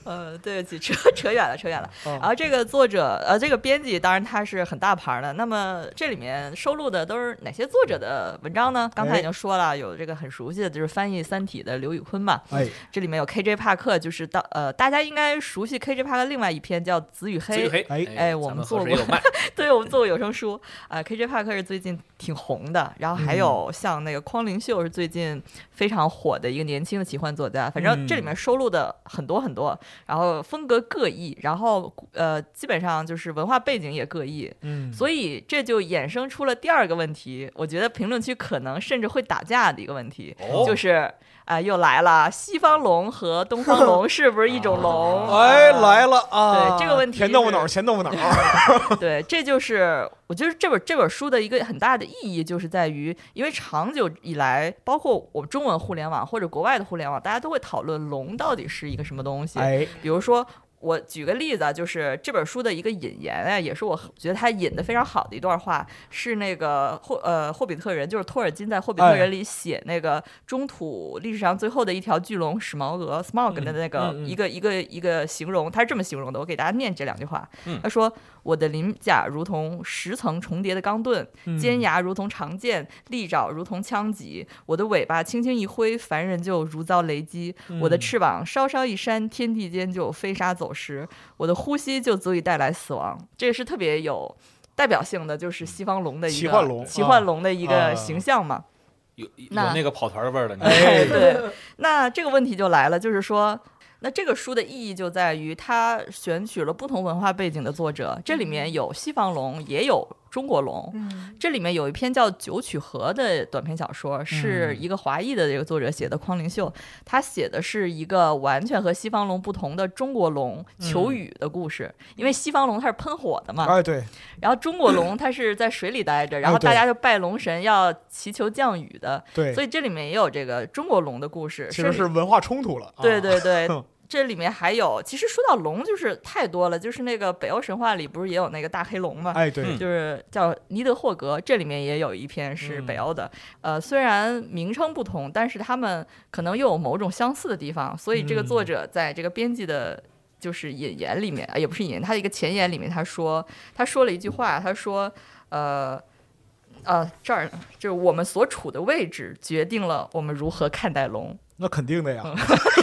B: 呃，对不起，扯扯远了，扯远了。
D: 啊
B: 然后这个作者，呃，这个编辑，当然他是很大牌的。那么这里面收录的都是哪些作者的文章呢？
D: 哎
B: 刚才已经说了，有这个很熟悉的，就是翻译《三体》的刘宇昆嘛。
D: 哎，
B: 这里面有 KJ 帕克，就是当呃，大家应该熟悉 KJ 帕克另外一篇叫《紫与黑》。
E: 自己黑
D: 哎
B: 哎我们做
E: 做过
B: 过
E: 有卖，
B: 对我们做过有声书啊、k j Park 是最近挺红的，然后
D: 嗯
B: 还有像那个匡凌秀是最近非常火的一个年轻的奇幻作家，反正这里
D: 嗯
B: 面收录的很多很多，然后风格各异，然后呃基本上就是文化背景也各异，
D: 嗯，
B: 所以这就衍生出了第二个问题，我觉得评论区可能甚至会打架的一个问题，
E: 哦
B: 就是啊、又来了，西方龙和东方龙是不是一种龙？
D: 哎
B: 啊
D: 来了啊，
B: 对这个问题
D: 甜豆腐
B: 是
D: 脑，甜豆腐脑儿，
B: 对，这就是我觉得这本这本书的一个很大的意义，就是在于，因为长久以来，包括我们中文互联网或者国外的互联网，大家都会讨论龙到底是一个什么东西。
D: 哎，
B: 比如说，我举个例子啊，就是这本书的一个引言啊，也是我觉得他引的非常好的一段话，是那个霍呃霍比特人，就是托尔金在《霍比特
D: 哎
B: 人》里写那个中土历史上最后的一条巨龙史矛革 （smog） 的那个
D: 嗯嗯
B: 一个一个一个形容，他是这么形容的，我给大家念这两句话
E: 嗯。
B: 他说：“我的鳞甲如同十层重叠的钢盾，
D: 嗯
B: 尖牙如同长剑，利爪如同枪戟。我的尾巴轻轻一挥，凡人就如遭雷击；我的翅膀稍稍一扇，天地间就飞沙走石。我的呼吸就足以带来死亡。”这个是特别有代表性的，就是西方龙的一个
D: 奇幻龙
B: 奇幻龙的一
D: 啊
B: 个形象嘛。
E: 有有
B: 那
E: 那个跑团味儿了。你
D: 嗯
B: 哎，对，那这个问题就来了，就是说，那这个书的意义就在于它选取了不同文化背景的作者，这里面有西方龙，也有中国龙。
C: 嗯
B: 这里面有一篇叫《九曲河》的短篇小说，是
D: 嗯
B: 一个华裔的这个作者写的，匡凌秀，他写的是一个完全和西方龙不同的中国龙
D: 嗯
B: 求雨的故事。因为西方龙它是喷火的嘛，
D: 哎，对，
B: 然后中国龙它是在水里待着，然后
D: 哦对
B: 大家就拜龙神要祈求降雨的。
D: 对
B: 所，以这里面也有这个中国龙的故事，
D: 其实
B: 甚至
D: 是文化冲突了。啊
B: 对，对对
D: 哼，
B: 这里面还有，其实说到龙就是太多了，就是那个北欧神话里不是也有那个大黑龙嘛，
D: 哎，对
E: 嗯，
B: 就是叫尼德霍格，这里面也有一篇是北欧的，呃，虽然名称不同，但是他们可能又有某种相似的地方，所以这个
D: 嗯
B: 作者在这个编辑的。就是引言里面，呃也不是引言，他的一个前言里面，他说，他说了一句话，他说，呃，呃，这儿就是我们所处的位置决定了我们如何看待龙。
D: 那肯定的呀，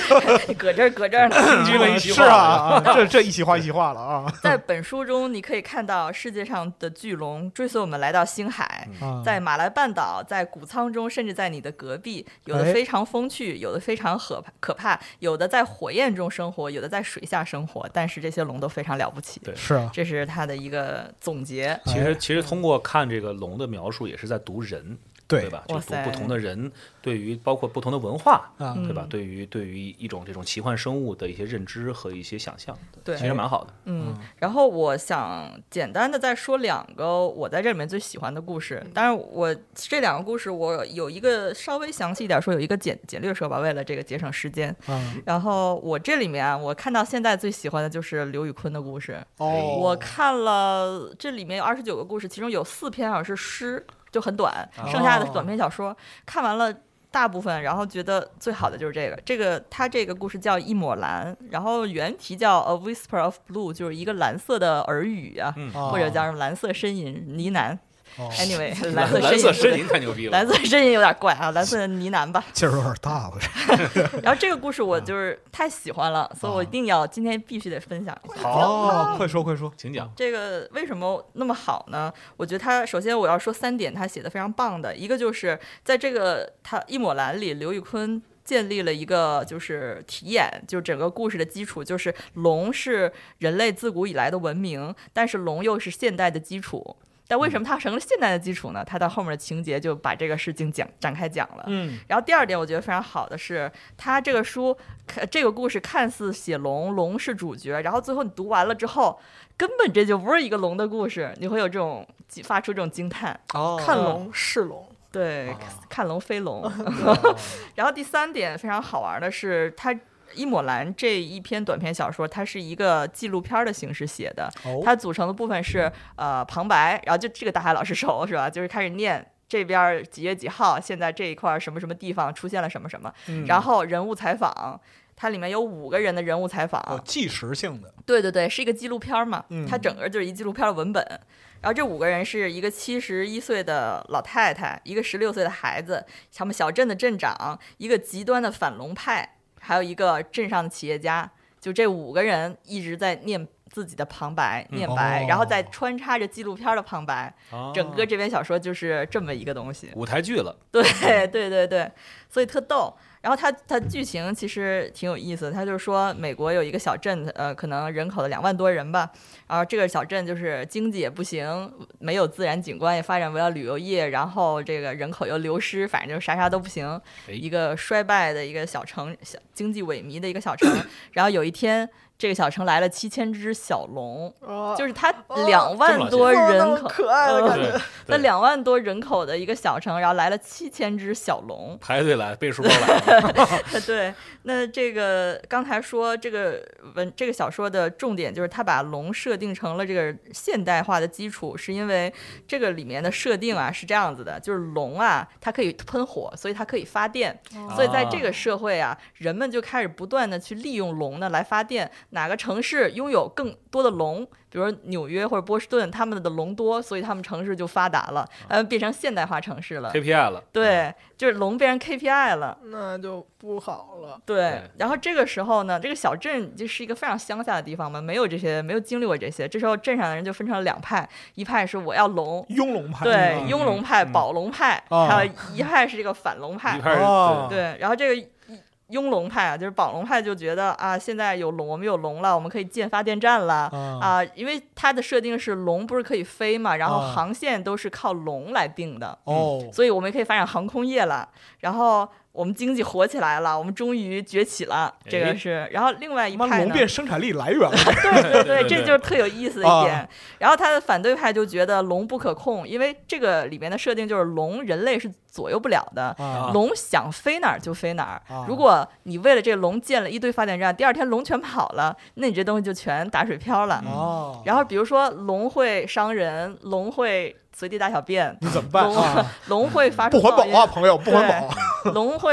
B: 搁这儿，搁这 儿呢，
E: 进了一席
D: 是
E: 话
D: 啊啊，这这一席话一席话 了啊
B: 在本书中，你可以看到世界上的巨龙追随我们来到星海，
E: 嗯
D: 啊，
B: 在马来半岛，在谷仓中，甚至在你的隔壁，有的
D: 哎
B: 非常风趣，有的非常可可怕，有的在火焰中生活，有的在水下生活。但是这些龙都非常了不起。
E: 对
D: 是啊，
B: 这是他的一个总结。
E: 其
D: 哎
E: 实其实通过看这个龙的描述，也是在读人，对
D: 对？
E: 吧？
B: 哇
E: 就读
B: 塞
E: 不同的人对于包括不同的文化，
D: 啊，
B: 嗯
E: 对吧？对于对于一种这种奇幻生物的一些认知和一些想象，
B: 对
D: 哎
E: 其实蛮好的。
B: 嗯，然后我想简单的再说两个我在这里面最喜欢的故事。当然，我这两个故事我有一个稍微详细一点说，有一个简简略说吧，为了这个节省时间。
D: 啊，
B: 然后我这里面啊，我看到现在最喜欢的就是刘宇昆的故事。
D: 哦，
B: 我看了这里面有二十九个故事，其中有四篇好像是诗，就很短，剩下的是短篇小说。看完了。大部分，然后觉得最好的就是这个，这个它这个故事叫《一抹蓝》，然后原题叫《A Whisper of Blue》，就是一个蓝色的耳语啊，
E: 嗯
D: 啊
B: 或者叫什么蓝色呻吟呢喃。
D: 哦
B: Anyway，蓝
E: 嗯蓝
B: 色
E: 蓝色
B: 呻
E: 呻
B: 吟
E: 吟太牛逼
B: 不对，
E: 了，
B: 蓝色呻吟有点怪啊，蓝色呢喃吧。
D: 劲儿有点大 了，
B: 然后这个故事我就是太喜欢了，所以我一定要今天必须得分享一下。
D: 哦，快说快说，
E: 请讲。
B: 这个为什么那么好呢？我觉得他首先我要说三点，他写的非常棒的，一个就是在这个他《一抹蓝》里，刘宇昆。建立了一个就是题眼，就整个故事的基础就是龙是人类自古以来的文明，但是龙又是现代的基础。但为什么它成了现代的基础呢？它到后面的情节就把这个事情讲展开讲了。
D: 嗯，
B: 然后第二点，我觉得非常好的是，他这个书，看这个故事看似写龙，龙是主角，然后最后你读完了之后，根本这就不是一个龙的故事，你会有这种发出这种惊叹，
D: 哦
B: 看龙
C: 是龙，
B: 对，
D: 啊
B: 看龙飞龙。
D: 哦
B: 然后第三点非常好玩的是，他。伊抹兰这一篇短篇小说，它是一个纪录片的形式写的，
D: 哦
B: 它组成的部分是呃旁白，然后就这个大海老师熟是吧？就是开始念这边儿几月几号，现在这一块儿什么什么地方出现了什么什么，
D: 嗯
B: 然后人物采访。它里面有五个人的人物采访，
D: 哦，即时性的，
B: 对对对，是一个纪录片儿嘛，
D: 嗯
B: 它整个就是一纪录片儿的文本。然后这五个人是一个七十一岁的老太太，一个十六岁的孩子，他们小镇的镇长，一个极端的反龙派，还有一个镇上的企业家。就这五个人一直在念自己的旁白，念白，
D: 哦
B: 然后再穿插着纪录片儿的旁白。整个这篇小说就是这么一个东西。
E: 啊舞台剧了，
B: 对
E: 嗯
B: 对对对，所以特逗。然后它它剧情其实挺有意思的，它就是说美国有一个小镇，呃，可能人口的两万多人吧，然后这个小镇就是经济也不行，没有自然景观，也发展不了旅游业，然后这个人口又流失，反正就啥啥都不行，
E: 哎
B: 一个衰败的一个小城，小经济萎靡的一个小 城。然后有一天，这个小城来了七千只小龙，
C: 哦
B: 就是它
C: 哦
B: 两
E: 这么
B: 万
E: 老
B: 多
C: 哦那
B: 人
C: 么
B: 口，
C: 可爱的
B: 呃
C: 感
E: 嗯对，
B: 在
E: 对。
B: 两万多人口的一个小城，然后来了七千只小龙
E: 排队来，背书包来，
B: 对，那这个刚才说这个文这个小说的重点就是它把龙设定成了这个现代化的基础，是因为这个里面的设定啊是这样子的，就是龙啊它可以喷火，所以它可以发电，所以在这个社会啊，人们就开始不断的去利用龙呢来发电。哪个城市拥有更多的龙，比如纽约或者波士顿，他们的龙多，所以他们城市就发达了，呃，变成现代化城市了。
E: KPI 了，
B: 对，就是龙变成 KPI 了。
C: 那就不好了。
B: 对
E: 对，
B: 然后这个时候呢，这个小镇就是一个非常乡下的地方嘛，没有这些，没有经历过这些。这时候镇上的人就分成了两派，一派是我要龙，
D: 雍龙派，
B: 对，
D: 嗯
B: 雍龙派、
E: 嗯
B: 宝龙派，
D: 啊
B: 还有一派是这个反龙派
E: 一。派是
D: 哦
E: 对
B: 对，然后这个雍龙派啊，就是宝龙派就觉得啊，现在有龙，我们有龙了，我们可以建发电站了。
D: 啊，
B: 啊、因为它的设定是龙不是可以飞嘛，然后
D: 啊
B: 航线都是靠龙来定的，
D: 哦，
B: 所以我们可以发展航空业了，然后我们经济火起来了，我们终于崛起了，这
E: 哎
B: 个是。然后另外一
D: 他妈
B: 派
D: 龙
B: 呢，
D: 变生产力来源了，
B: 对
E: 对
B: 对，
E: 对
B: 这
E: 对
B: 就是特有意思的一
D: 啊
B: 点。然后他的反对派就觉得龙不可控，因为这个里面的设定就是龙人类是左右不了的。
D: 啊
B: 龙想飞哪儿就飞哪儿。
D: 啊
B: 如果你为了这龙建了一堆发电站，第二天龙全跑了，那你这东西就全打水漂了。
D: 哦，
B: 然后比如说龙会伤人，龙会随地大小便，
D: 你怎么办 啊？
B: 龙会发出
D: 不环
B: 噪
D: 保
B: 音，
D: 啊，朋友，不环保。
B: 龙会。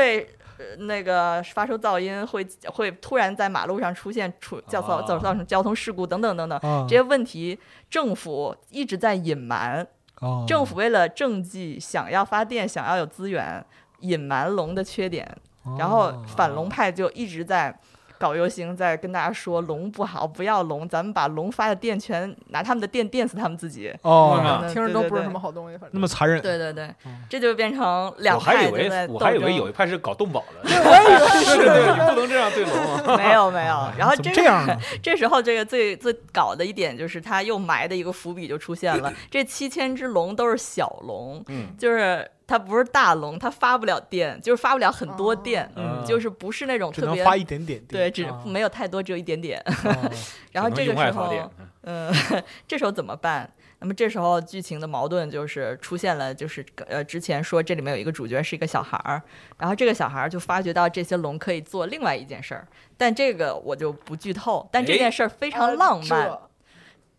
B: 呃那个发出噪音会会突然在马路上出现出造造造造成交通事故等等等等，
D: 啊
B: 这些问题，政府一直在隐瞒。
D: 哦
B: 政府为了政绩，想要发电，想要有资源，隐瞒龙的缺点，
D: 啊
B: 然后反龙派就一直在。搞游行，在跟大家说龙不好，不要龙，咱们把龙发的电全拿他们的电电死他们自己。
D: 哦，
B: 嗯
C: 听着都不是
B: 对对
C: 什。
B: 对
C: 么好东西，反
D: 那
C: 正
D: 么残忍，
B: 对对对
D: 嗯，
B: 这就变成
E: 我
B: 两
E: 还
B: 派
E: 以
B: 就在
E: 为
B: 斗
E: 我还以为
B: 争
E: 有一派是搞动保 的， 对对对，你不能这样对龙 啊。
B: 没有没有，然后
D: 怎
B: 这
D: 么
B: 个
D: 这样啊呢？
B: 这时候，这个最最搞的一点就是，他又埋的一个伏笔就出现 了。这七千只龙都是小龙，
E: 嗯
B: 就是它不是大龙，它发不了电，就是发不了很多电，
E: 嗯
B: 就是不是那种
D: 只
B: 特
D: 能
B: 别
D: 发一点点
B: 对，
D: 电，
B: 只
D: 啊
B: 没有太多，只有一点 点。
D: 哦
B: 然后
E: 只
B: 这
E: 能
B: 个
E: 用爱
B: 时
E: 发
B: 候，
E: 电嗯
B: 嗯，这时候怎么办？那么这时候剧情的矛盾就是出现了，就是呃，之前说这里面有一个主角是一个小孩儿，然后这个小孩儿就发觉到这些龙可以做另外一件事儿，但这个我就不剧透。但这
E: 哎
B: 件事儿非常浪漫，
C: 啊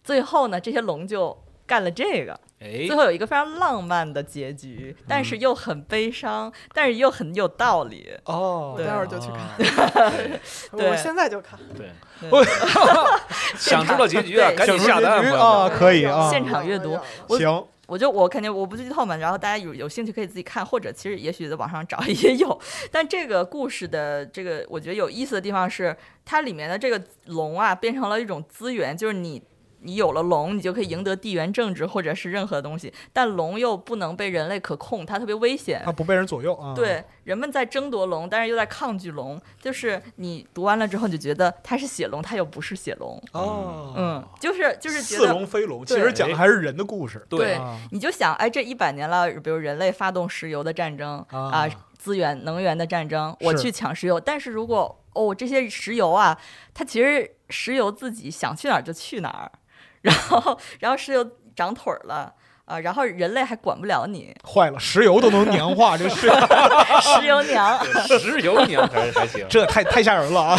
B: 最后呢，这些龙就干了这个，
E: 哎
B: 最，后有一个非常浪漫的结局，但是又很悲伤，但是又很有道理。
D: 哦，
C: 待会儿就去看
E: 对
C: 这
B: 对
C: 我现在就看。
E: 对，
B: 对
E: 想知道结局啊，
B: 对
E: 赶紧下
D: 想
E: 单，
D: 知道结局
E: 朋友
D: 啊
E: 们
D: 可以啊
B: 现场阅读我
D: 行，
B: 我就我肯定我不剧透嘛，然后大家有有兴趣可以自己看，或者其实也许在网上找 也有。但这个故事的这个我觉得有意思的地方是，它里面的这个龙啊变成了一种资源，就是你。你有了龙，你就可以赢得地缘政治或者是任何东西，但龙又不能被人类可控，它特别危险。
D: 啊，不被人左右啊，，
B: 对，人们在争夺龙，但是又在抗拒龙。就是你读完了之后，你就觉得它是血龙，它又不是血龙。
D: 哦，
B: 嗯，就是就是觉
D: 似
B: 得
D: 龙非龙，其
B: 对
D: 实讲的还是人的故事，
B: 对
D: 啊
B: 你就想，哎，这一百年了，比如人类发动石油的战争啊、
D: 啊
B: 资源能源的战争，我
D: 是
B: 去抢石油。但是如果哦，这些石油啊，它其实石油自己想去哪儿就去哪儿， 然后然后石油长腿儿了。啊，然后人类还管不了你，
D: 坏了，石油都能娘化，这是，
B: 石油娘。
E: 对石油娘还 还行
D: 这太太吓人了啊！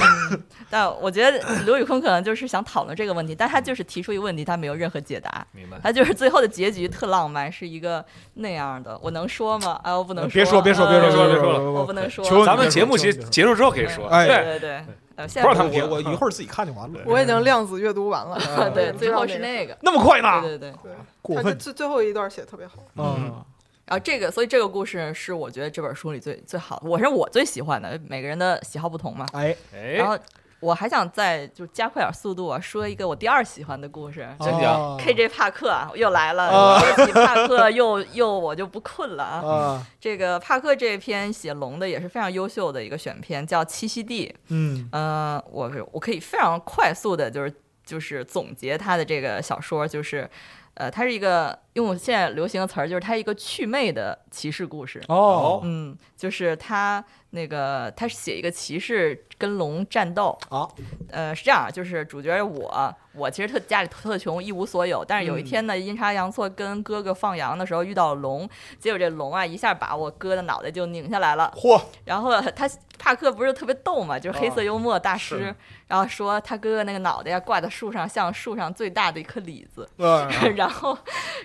B: 但我觉得刘宇昆可能就是想讨论这个问题，但他就是提出一个问题，他没有任何解答。
E: 明白。
B: 他就是最后的结局特浪漫，是一个那样的。我能说吗？啊，我不能
D: 别说别说
B: 呃
D: 别
E: 别
D: 说
E: 说别说了
B: 我不能说。
D: 求
E: 咱们节目
D: 别
E: 结
D: 说别说
E: 结束之后可以说，
D: 哎
B: 对
E: 对，
B: 对对，呃，现
E: 不
B: 在
E: 让他们
B: 不
E: 听
D: 我我一会儿自己看就完了。
C: 我已经量子阅读完了，
D: 啊
B: 呃对，
C: 嗯
B: 最后是那个。
D: 那么快
E: 啊
B: 对对
D: 呢，
B: 对，
C: 对，
D: 过
C: 他这
D: 分
C: 最最后一段写得特别好，
B: 嗯
D: 啊！
B: 然后这个，所以这个故事是我觉得这本书里最最好的，我是我最喜欢的，每个人的喜好不同嘛。
D: 哎，
B: 然
E: 哎，
B: 后我还想再就加快点速度啊，说一个我第二喜欢的故事，
E: 真假
D: 啊
B: KJ 帕克啊，又来了，
D: 啊
B: 说起帕克又又我就不困了啊。
D: 啊，
B: 这个帕克这篇写龙的也是非常优秀的一个选片，叫《栖息地》。
D: 嗯
B: 呃，我我可以非常快速的，就是就是总结他的这个小说，就是。呃，它是一个用我现在流行的词儿，就是它一个祛魅的骑士故事。
D: 哦
B: 嗯，就是他那个他写一个骑士跟龙战斗，
D: 啊
B: 呃，是这样，就是主角我，我其实特家里特穷，一无所有。但是有一天呢，阴差阳错跟哥哥放羊的时候遇到了龙，结果这龙啊一下把我哥的脑袋就拧下来了。
D: 嚯
B: 然后他帕克不是特别逗嘛，就是黑
D: 哦
B: 色幽默大师，然后说他哥哥那个脑袋呀挂在树上，像树上最大的一颗李子。
D: 啊
B: 然后，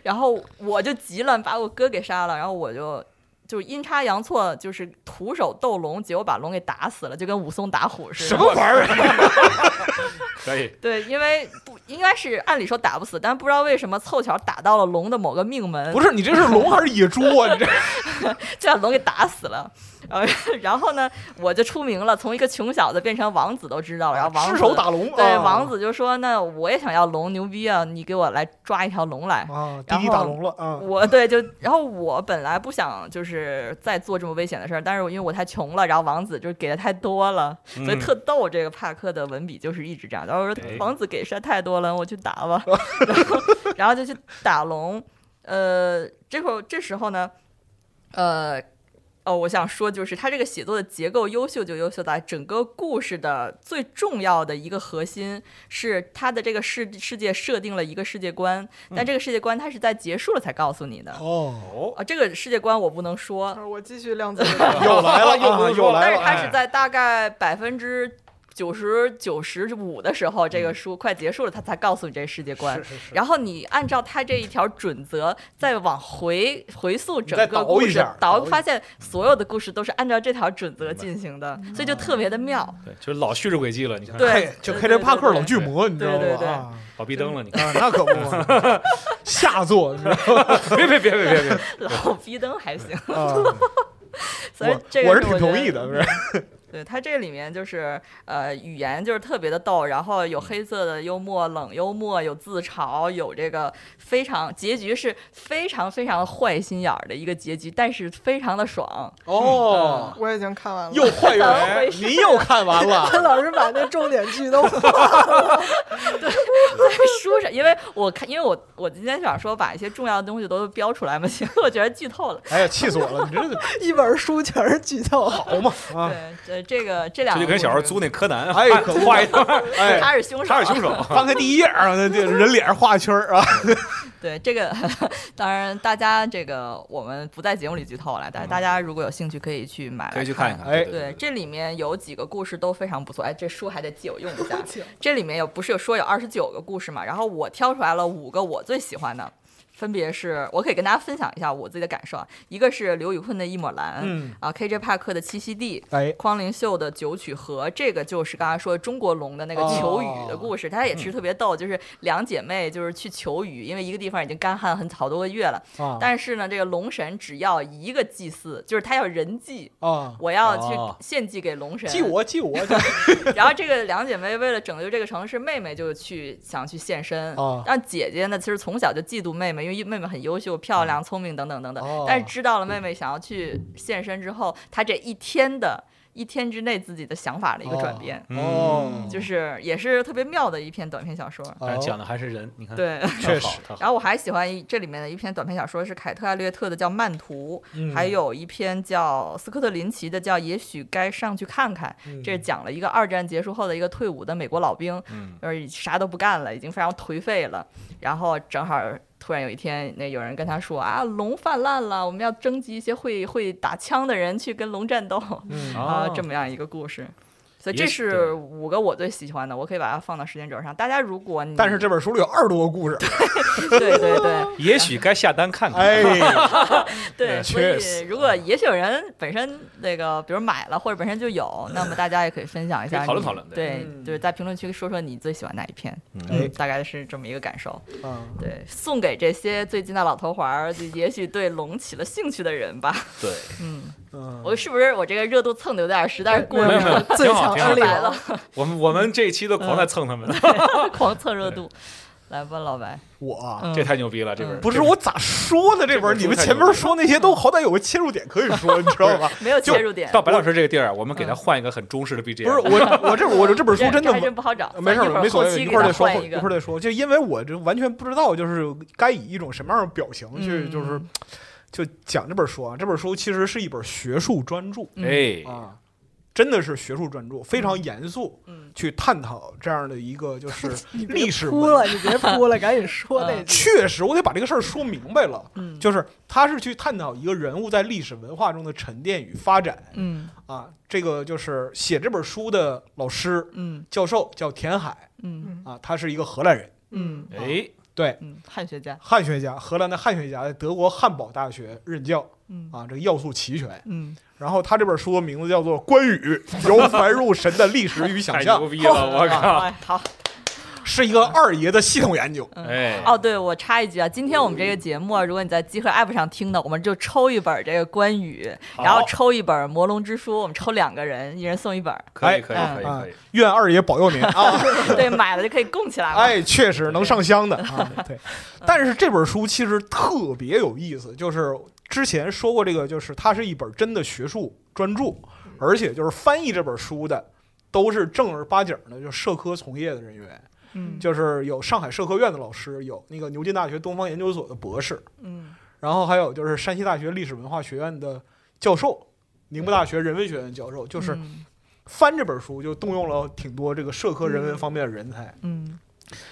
B: 然后我就急了，把我哥给杀了，然后我就。就是阴差阳错，就是徒手斗龙，结果把龙给打死了，就跟武松打虎似的。
D: 什么玩意儿？
E: 可以，
B: 对，因为不应该是按理说打不死，但不知道为什么凑巧打到了龙的某个命门，
D: 不是你这是龙还是野猪啊？你这
B: 就把龙给打死了。 呃，然后呢，我就出名了，从一个穷小子变成王子都知道了。然后哎王
D: 失
B: 子
D: 手打龙，
B: 对
D: 啊
B: 王子就说：“那我也想要龙，牛逼啊！你给我来抓一条龙来。”
D: 啊，第
B: 然
D: 一打
B: 后嗯
D: 龙了啊，
B: 我对就，然后我本来不想就是再做这么危险的事儿，但是我因为我太穷了，然后王子就是给的太多了，所以特逗。这个帕克的文笔就是一直这样。然后我说
E: 哎
B: 王子给实在太多了，我去打吧，然后然后就去打龙。呃，这会儿这时候呢，呃。哦，我想说，就是他这个写作的结构优秀就优秀在整个故事的最重要的一个核心是他的这个世世界设定了一个世界观，但这个世界观它是在结束了才告诉你的。
D: 哦，
E: 哦，
B: 啊，这个世界观我不能说，
C: 我继续量子力学
D: 又来 了，
E: 又不
D: 啊
E: 是
D: 又
E: 说
D: 来
B: 但
D: 了，
B: 是它是
D: 哎
B: 在大概百分之九十九十五的时候，这个书快结束了，它才告诉你这个世界观。
D: 嗯是是是
B: 然后你按照它这一条准则再往回回溯整
D: 再
B: 个
D: 倒
B: 故
D: 一
B: 事
D: 下，
B: 倒
D: 倒一
B: 发现所有的故事都是按照这条准则进行的，所以就特别的妙。
E: 对，就是老叙事轨迹了，你看，
B: 对
D: 嘿，就
B: 对
D: K
B: 对
D: J
B: 对
D: 帕克
B: 对
D: 老巨魔，你知道
B: 对对对
D: 吗？啊
E: 老逼灯了，你看，
D: 啊，那可不嘛， 下作，你知道
E: 别别别别别 别，
B: 老逼灯还行，
D: 吗？
B: 所以
D: 啊我
B: 这个
D: 我是
B: 我觉
D: 挺同
B: 得嗯
D: 意的，不是？
B: 对它这里面就是呃语言就是特别的逗，然后有黑色的幽默、冷幽默，有自嘲，有这个非常结局是非常非常坏心眼儿的一个结局，但是非常的爽。
D: 哦，
C: 我已经看
E: 嗯
C: 完了。
D: 又坏又
B: 怎么
D: 来，
B: 回事
D: 您又看完了，
C: 潘老师把那重点剧都
B: 在书上，因为我看，因为我我今天想说把一些重要的东西都标出来嘛，行，我觉得剧透了。
D: 哎呀，气死我了！你这个
C: 一本书全是剧透，
D: 好嘛啊，
B: 对，这这个这两
E: 这
B: 个
E: 就跟小时
B: 故
E: 候
B: 事
E: 租那柯南，
D: 哎可不
E: 画一段，
D: 哎，
B: 他是凶手，
E: 他是凶手，
D: 翻开第一页啊，那这人脸上画圈 儿啊，
B: 对这个，当然大家这个我们不在节目里剧透了，但是大家如果有兴趣可以去买来
E: 嗯 可以去看一看，
D: 哎
E: 对
B: 对，这里面有几个故事都非常不错。哎，这书还得借我用一下
C: 借我。
B: 这里面有不是有说有二十九个故事嘛？然后我挑出来了五个我最喜欢的，分别是我可以跟大家分享一下我自己的感受啊。一个是刘宇昆的《一抹蓝》，
D: 嗯
B: 啊，K.J. 帕克的《栖息地》。
D: 哎，
B: 匡凌秀的《九曲河》，这个就是刚才说中国龙的那个
D: 哦嗯
B: 求雨的故事，它也是特别逗，就是两姐妹就是去求雨，因为一个地方已经干旱很好多个月了，
D: 啊
B: 但是呢，这个龙神只要一个祭祀，就是他要人祭，
D: 啊，
B: 我要
E: 哦
B: 去献祭给龙 神。
D: 记我记 我，
B: 然后这个两姐妹为了拯救这个城市，妹妹就去想去献身。
D: 哦嗯
B: 让姐姐呢，其实从小就嫉妒妹妹，因为妹妹很优秀、漂亮、聪明等等等等。
D: 哦
B: 但是知道了妹妹想要去献身之后，她这一天的一天之内自己的想法的一个转变，嗯
D: 哦，
B: 就是也是特别妙的一篇短篇小说。
E: 嗯哎
D: 哦
E: 讲的还是人，你看，
B: 对。
D: 确实
E: 好，他
B: 然后我还喜欢一这里面的一篇短篇小说是凯特·艾略特的叫《曼图》，
D: 嗯
B: 还有一篇叫斯科特·林奇的叫《也许该上去看看》，这是讲了一个二战结束后的一个退伍的美国老兵，
E: 嗯
B: 就是啥都不干了，已经非常颓废了。然后正好突然有一天，那有人跟他说啊，龙泛滥了，我们要征集一些会会打枪的人去跟龙战斗、
E: 哦
B: 啊，这么样一个故事。所以
E: 也
B: 这
E: 许
B: 是五个我最喜欢的，我可以把它放到时间轴上。大家如果你
D: 但是这本书里有二十多个故事，
B: 对对对，
E: 也许该下单看看，
D: 哎，
B: 对，所
D: 确
B: 以
D: 实啊
B: 如果也许有人本身那个，比如买了或者本身就有，那么大家也可以分享一下你，
E: 可以讨论讨论
B: 对
D: 嗯
B: 对，在评论区说说你最喜欢哪一篇，嗯
D: 哎
B: 大概是这么一个感受。
D: 啊，
B: 对，送给这些最近的老头环儿，就也许对龙起了兴趣的人吧。
E: 对，
D: 嗯
B: 我是不是我这个热度蹭的有点实在是过
E: 没有没有
B: 了，
C: 最
E: 挺好
C: 强
E: 挺 好
C: 案例
B: 太白
C: 了
B: 了，
E: 我们我们这一期都狂在蹭他们，
B: 嗯狂蹭热度。来吧，老白，
D: 我啊
B: 嗯
E: 这太牛逼了，这本
D: 不是我咋说呢？这本儿你
E: 这本书
D: 们
E: 太
D: 前
E: 牛
D: 面
E: 逼了嗯
D: 说那些都好歹有个切入点可以说，你知道吧？
B: 没有
E: 就
B: 切入点，
E: 到白老师这个地儿，我们给
B: 嗯
E: 他换一个很中式的 BGM，
D: 不是我，我这我这本书
B: 这
D: 真
B: 这
D: 的
B: 还真不好找，
D: 没事
B: 咱一会
D: 儿，
B: 儿
D: 没所
B: 后
D: 谓，
B: 期
D: 一
B: 给
D: 会儿
B: 他
D: 再说，
B: 换
D: 后
B: 一
D: 一
B: 个
D: 会儿。再说。就因为我这完全不知道，就是该以一种什么样的表情去，
B: 嗯
D: 就是就讲这本书啊。这本书其实是一本学术专著
B: 嗯
E: 哎，
D: 啊，真的是学术专著，非常严肃，
B: 嗯
D: 去探讨这样的一 个就是历史
C: 哭
D: 文
C: 了，你别哭了，赶紧说
E: 嗯
C: 那句。
D: 确实，我得把这个事儿说明白了。
B: 嗯
D: 就是他是去探讨一个人物在历史文化中的沉淀与发展
B: 嗯
D: 啊。这个就是写这本书的老师
B: 嗯
D: 教授叫田海
B: 嗯
D: 啊，他是一个荷兰人，
B: 嗯
D: 啊
E: 哎，
D: 对，
B: 嗯，汉学家，
D: 汉学家，荷兰的汉学家，在德国汉堡大学任教
B: 嗯
D: 啊，这个要素齐全。
B: 嗯。
D: 然后他这本书的名字叫 做《关羽：由凡入神的历史与想
E: 太
D: 象
E: 牛》逼了，我靠！
B: 哎好，
D: 是一个二爷的系统研究。
E: 哎，
B: 哦，对，我插一句啊，今天我们这个节目啊，如果你在集合 App 上听的，我们就抽一本这个《关羽》，然后
E: 好
B: 抽一本《魔龙之书》，我们抽两个人，一人送一本儿。
E: 可以可以
B: 哎
E: 可以
D: 啊
E: 可以，，
D: 愿二爷保佑您啊！
B: 对，买了就可以供起来嘛。
D: 哎，确实能上香 的啊。对，但是这本书其实特别有意思，就是之前说过这个，就是它是一本真的学术专著，
B: 嗯
D: 而且就是翻译这本书的都是正儿八经的就社科从业的人员，
B: 嗯
D: 就是有上海社科院的老师，有那个牛津大学东方研究所的博士，
B: 嗯
D: 然后还有就是山西大学历史文化学院的教授，宁波大学人文学院教授，就是
B: 嗯
D: 翻这本书就动用了挺多这个社科人文方面的人才。
B: 嗯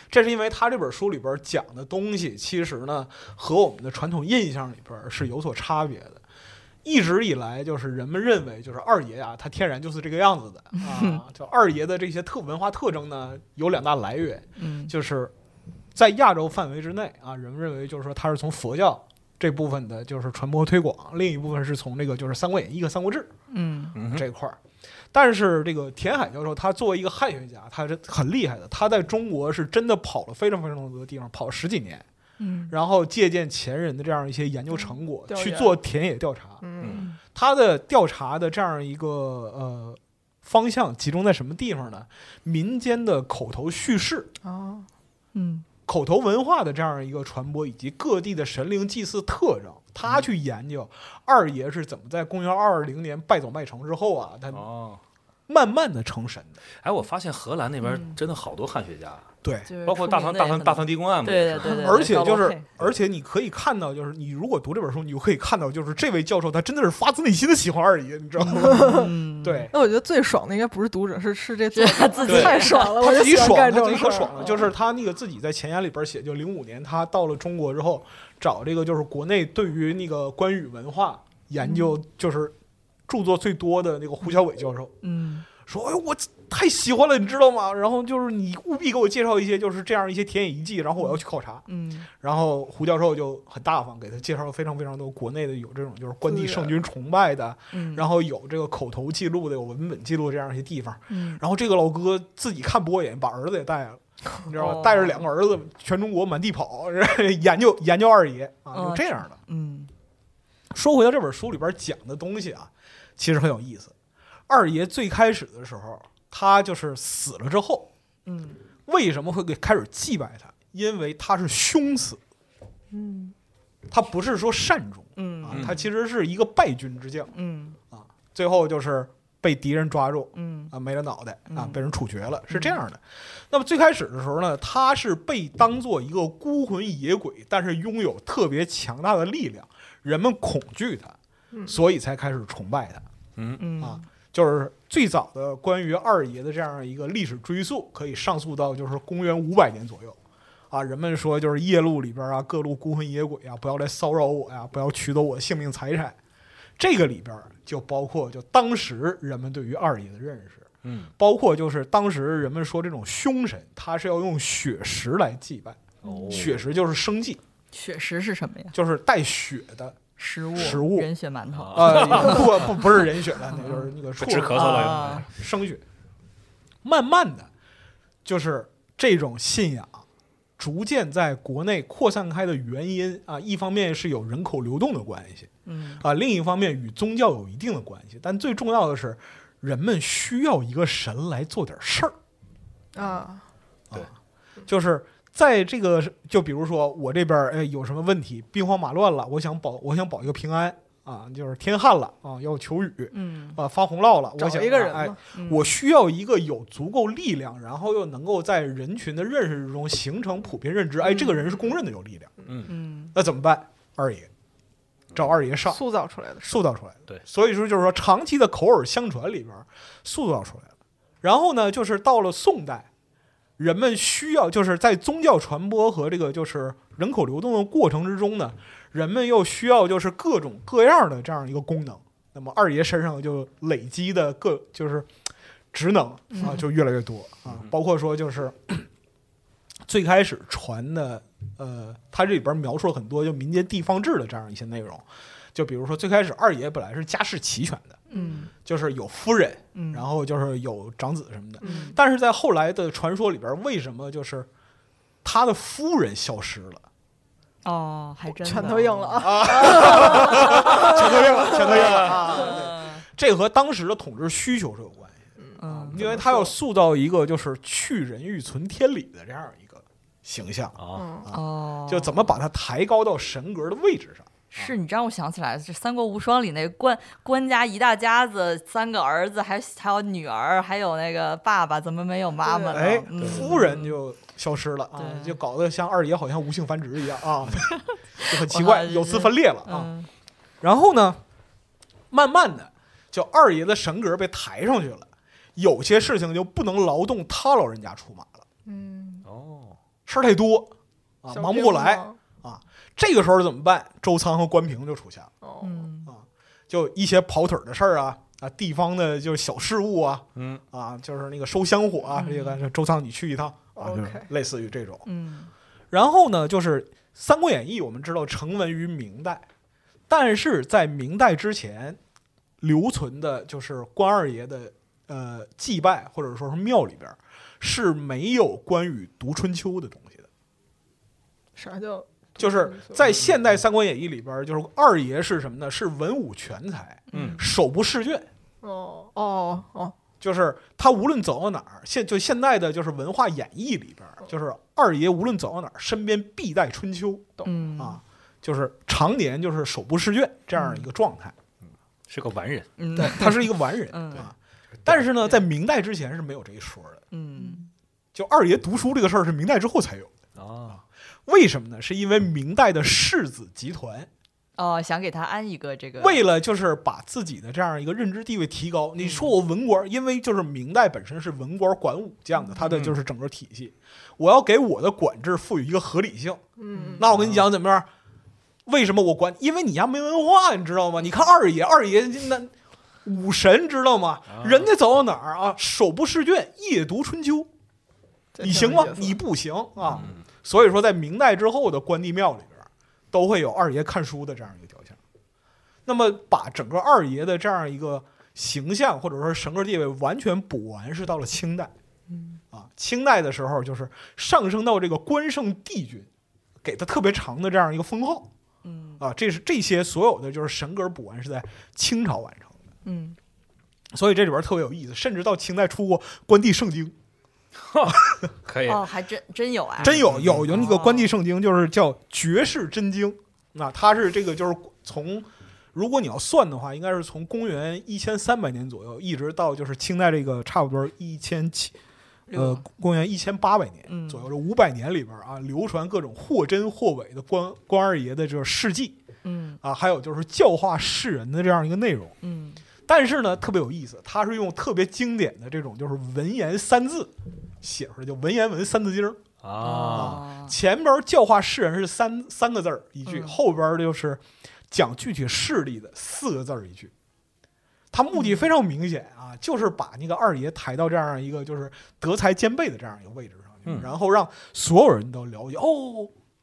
D: 这是因为他这本书里边讲的东西，其实呢和我们的传统印象里边是有所差别的。一直以来，就是人们认为，就是二爷啊，他天然就是这个样子的啊。就二爷的这些特文化特征呢，有两大来源，
B: 嗯
D: 就是在亚洲范围之内啊，人们认为就是说他是从佛教这部分的，就是传播和推广；另一部分是从这个就是《三国演义》和《三国志》
B: 嗯
E: 嗯哼
D: 这一块儿。但是这个田海教授，他作为一个汉学家，他是很厉害的。他在中国是真的跑了非常非常多的地方，跑了十几年，
B: 嗯
D: 然后借鉴前人的这样一些研究成果
C: 嗯调研
D: 去做田野调查。
C: 嗯
E: 嗯
D: 他的调查的这样一个呃方向集中在什么地方呢？民间的口头叙事、
C: 哦，
B: 嗯
D: 口头文化的这样一个传播，以及各地的神灵祭祀特征。
E: 嗯
D: 他去研究二爷是怎么在公元二二零年败走麦城之后啊，他
E: 哦，
D: 慢慢的成神的。
E: 哎，我发现荷兰那边真的好多汉学家，
D: 对，
B: 就是
E: 包括
B: 嗯出
E: 大
B: 名
E: 唐
B: 的
E: 大
B: 也
E: 唐
B: 很
E: 大
B: 多
E: 唐地宫案嘛，
B: 对对对对，
D: 而且
B: 高
D: 就
B: 楼
D: 是
B: 配，
D: 而且你可以看到，就是你如果读这本书，你就可以看到，就是这位教授他真的是发自内心的喜欢二爷，你知道吗？
B: 嗯，
D: 对，
C: 那我觉得最爽的应该不是读者，是是这作
B: 是
C: 者
B: 他自己
C: 太爽了，
D: 他
C: 呃我就
D: 自己
C: 喜欢
D: 爽，
C: 干
D: 他
C: 这
D: 自己
C: 种事
D: 可
C: 儿
D: 爽了。就是他那个自己在前言里边写，就零五年他到了中国之后，找这个就是国内对于那个关羽文化研究
C: 嗯
D: 就是著作最多的那个胡小伟教授，
B: 嗯
D: 说：“哎呦，我太喜欢了，你知道吗？然后就是你务必给我介绍一些就是这样一些田野遗迹，然后我要去考察。”
B: 嗯
D: 然后胡教授就很大方，给他介绍了非常非常多国内的有这种就是关帝
C: 资源
D: 圣君崇拜的，
B: 嗯，
D: 然后有这个口头记录的，有文本记录这样一些地方。
B: 嗯
D: 然后这个老哥自己看不过瘾，把儿子也带来了，你知道
B: 哦
D: 吗？带着两个儿子全中国满地跑，研究研究二爷啊，
B: 哦
D: 就这样的。
B: 嗯
D: 说回到这本书里边讲的东西啊，其实很有意思。二爷最开始的时候，他就是死了之后，
B: 嗯
D: 为什么会给开始祭拜他？因为他是凶死，
C: 嗯，
D: 他不是说善终。
B: 嗯
D: 啊
B: 嗯，
D: 他其实是一个败军之将，啊
B: 嗯
D: 最后就是被敌人抓住
B: 嗯
D: 啊，没了脑袋啊
B: 嗯，
D: 被人处决了，是这样的。那么最开始的时候呢，他是被当做一个孤魂野鬼，但是拥有特别强大的力量，人们恐惧他，
C: 嗯
D: 所以才开始崇拜他。
B: 嗯
D: 啊就是最早的关于二爷的这样一个历史追溯，可以上溯到就是公元五百年左右。啊，人们说就是夜路里边啊，各路孤魂野鬼啊，不要来骚扰我呀、啊不要取走我的性命财产。这个里边就包括就当时人们对于二爷的认识，
E: 嗯，
D: 包括就是当时人们说这种凶神，他是要用血石来祭拜，
E: 哦
D: 血石就是生祭，
B: 血食是什么呀？
D: 就是带血 的，
B: 食物，
D: 食物
B: 人血馒头。
E: 啊
D: 呃，不不不是人血的，那就是那个畜
E: 直
D: 生
E: 咳嗽了又
B: 啊
D: 生血。慢慢的，就是这种信仰逐渐在国内扩散开的原因啊，一方面是有人口流动的关系
B: 嗯
D: 啊，另一方面与宗教有一定的关系，但最重要的是，人们需要一个神来做点事儿，
C: 啊，
D: 就是。在这个，就比如说我这边儿，哎，有什么问题，兵荒马乱了，我想保，我想保一个平安啊，就是天旱了啊，要求雨
B: 嗯
D: 啊，发洪涝了，
C: 找
D: 我想
C: 一个人
D: 哎
C: 嘛，
B: 嗯
D: 我需要一个有足够力量，然后又能够在人群的认识中形成普遍认知。
C: 嗯
D: 哎，这个人是公认的有力量，
B: 嗯
D: 那怎么办？二爷，找二爷上，
C: 塑造出来的，
D: 塑造出来的。
E: 对
D: 所以说就是说长期的口耳相传里边塑造出来了。然后呢，就是到了宋代，人们需要就是在宗教传播和这个就是人口流动的过程之中呢，人们又需要就是各种各样的这样一个功能。那么二爷身上就累积的各就是职能啊，就越来越多啊，包括说就是 最开始传的，呃，他这里边描述了很多就民间地方志的这样一些内容。就比如说最开始二爷本来是家世齐全的，
C: 嗯
D: 就是有夫人，
C: 嗯，
D: 然后就是有长子什么的。
C: 嗯
D: 但是在后来的传说里边，为什么就是他的夫人消失了？
B: 哦，还真的
C: 拳头硬了啊，
D: 全都认了，全都认了。
B: 嗯
D: 这和当时的统治需求是有关系的，
B: 嗯
D: 因为他要塑造一个就是去人欲存天理的这样一个形象，
E: 啊，
C: 嗯
B: 哦，
D: 就怎么把它抬高到神格的位置上。
B: 是你让我想起来，这《三国无双》里那官官家一大家子，三个儿子，还还有女儿，还有那个爸爸，怎么没有妈妈呢？
D: 哎，
B: 嗯
D: 夫人就消失了啊，
B: 对
D: 就搞得像二爷好像无性繁殖一样啊，就很奇
B: 我
D: 怪，
B: 靠
D: 有丝分裂了啊。
B: 嗯
D: 然后呢，慢慢的，就二爷的神格被抬上去了，有些事情就不能劳动他老人家出马了，
C: 嗯，
E: 哦，
D: 事儿太多啊，
C: 小
D: 忙不过
C: 兵
D: 来。
C: 嘛，
D: 这个时候怎么办？周仓和关平就出现了，
C: 哦，
B: 嗯
D: 就一些跑腿儿的事儿啊啊，地方的就是小事务啊
E: 嗯，
D: 啊，就是那个收香火啊，这个周仓你去一趟啊，就是
C: OK
D: 类似于这种。
B: 嗯
D: 然后呢，就是《三国演义》，我们知道成文于明代，但是在明代之前留存的，就是关二爷的呃祭拜或者说是庙里边儿是没有关羽读春秋的东西的，
C: 啥叫
D: 就是在现代《三国演义》里边儿，就是二爷是什么呢？是文武全才，
E: 嗯
D: 手不释卷。
C: 哦哦哦，
D: 就是他无论走到哪儿，现就现在的就是文化演绎里边儿，就是二爷无论走到哪儿，身边必带春秋
B: 嗯
D: 啊，就是常年就是手不释卷这样一个状态。
E: 是个完人，
B: 嗯
D: 对，他是一个完人
B: 嗯
D: 啊。但是呢，在明代之前是没有这一说的，
B: 嗯
D: 就二爷读书这个事儿是明代之后才有的。
E: 啊，
D: 为什么呢？是因为明代的世子集团
B: 哦，想给他安一个这个
D: 为了就是把自己的这样一个认知地位提高，
B: 嗯
D: 你说我文官，因为就是明代本身是文官管武将的，
B: 嗯
D: 他的就是整个体系，我要给我的管制赋予一个合理性。
C: 嗯，
D: 那我跟你讲怎么样？为什么我管？因为你家没文化，你知道吗？你看二爷，二爷那武神知道吗？人家走到哪儿啊，手不释卷，夜读春秋，
C: 这
D: 你行
C: 挺有
D: 吗
C: 意？思
D: 你不行啊
E: 嗯！
D: 所以说，在明代之后的关帝庙里边儿，都会有二爷看书的这样一个雕像。那么，把整个二爷的这样一个形象或者说神格地位完全补完，是到了清代。啊，清代的时候就是上升到这个关圣帝君，给他特别长的这样一个封号。
B: 嗯
D: 啊，这是这些所有的就是神格补完是在清朝完成的，
B: 嗯
D: 所以这里边儿特别有意思，甚至到清代出过关帝圣经。
E: 可以，
B: 哦，还真真有啊，
D: 真有有有那个
B: 哦
D: 关帝圣经，就是叫《绝世真经》，哦那它是这个就是从，如果你要算的话，应该是从公元一千三百年左右，一直到就是清代这个差不多一千七，呃
B: 六，
D: 公元一千八百年
B: 嗯
D: 左右，这五百年里边啊，流传各种或真或伪的关关二爷的这个事迹
B: 嗯
D: 啊，还有就是教化世人的这样一个内容。
B: 嗯
D: 但是呢，特别有意思，他是用特别经典的这种就是文言三字写出来，就文言文三字经儿。
E: 啊，
B: 哦
D: 前边教化世人是三三个字儿一句，
B: 嗯
D: 后边就是讲具体事例的四个字儿一句。他目的非常明显啊，就是把那个二爷抬到这样一个就是德才兼备的这样一个位置上去，
E: 嗯
D: 然后让所有人都了解哦。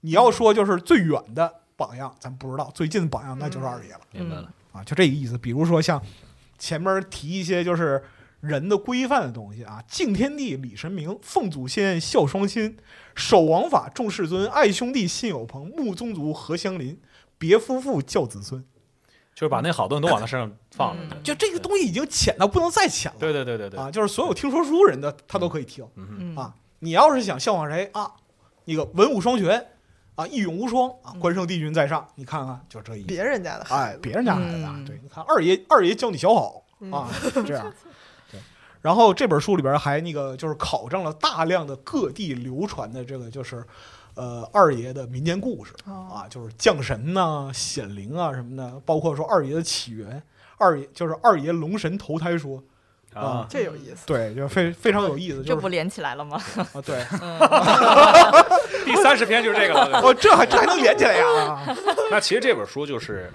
D: 你要说就是最远的榜样，咱不知道；最近的榜样，那就是二爷了、
E: 明白了，
D: 啊，就这个意思。比如说像前面提一些就是人的规范的东西啊，敬天地，礼神明，奉祖先，孝双亲，守王法，重世尊，爱兄弟，信友朋，睦宗族，和相邻，别夫妇，教子孙。
E: 就是把那好东西都往他身上放了，
B: 嗯
D: 就这个东西已经浅到不能再浅了。
E: 对对对对对，
D: 啊，就是所有听说书人的他都可以听
E: 嗯
B: 嗯
D: 啊。你要是想效仿谁啊，那个文武双全啊，义勇无双啊，关圣帝君在上，你看看就这意思。
C: 别人家的孩
D: 哎，
C: 子，
D: 别人家孩子啊，
B: 嗯
D: 对，你看二爷二爷教你小好啊，这样。对，然后这本书里边还那个就是考证了大量的各地流传的这个就是，呃，二爷的民间故事
C: 哦
D: 啊，就是降神呐、显灵啊什么的，包括说二爷的起源，二爷就是二爷龙神投胎说，嗯
E: 啊，
C: 这有意思，
D: 对，就非非常有意思，
B: 这
D: 就
B: 不
D: 是
B: 连起来了吗？
D: 啊，对，
E: 第三十篇就是这个了。对
D: 哦，这还这还能连起来 呀？
E: 那其实这本书就是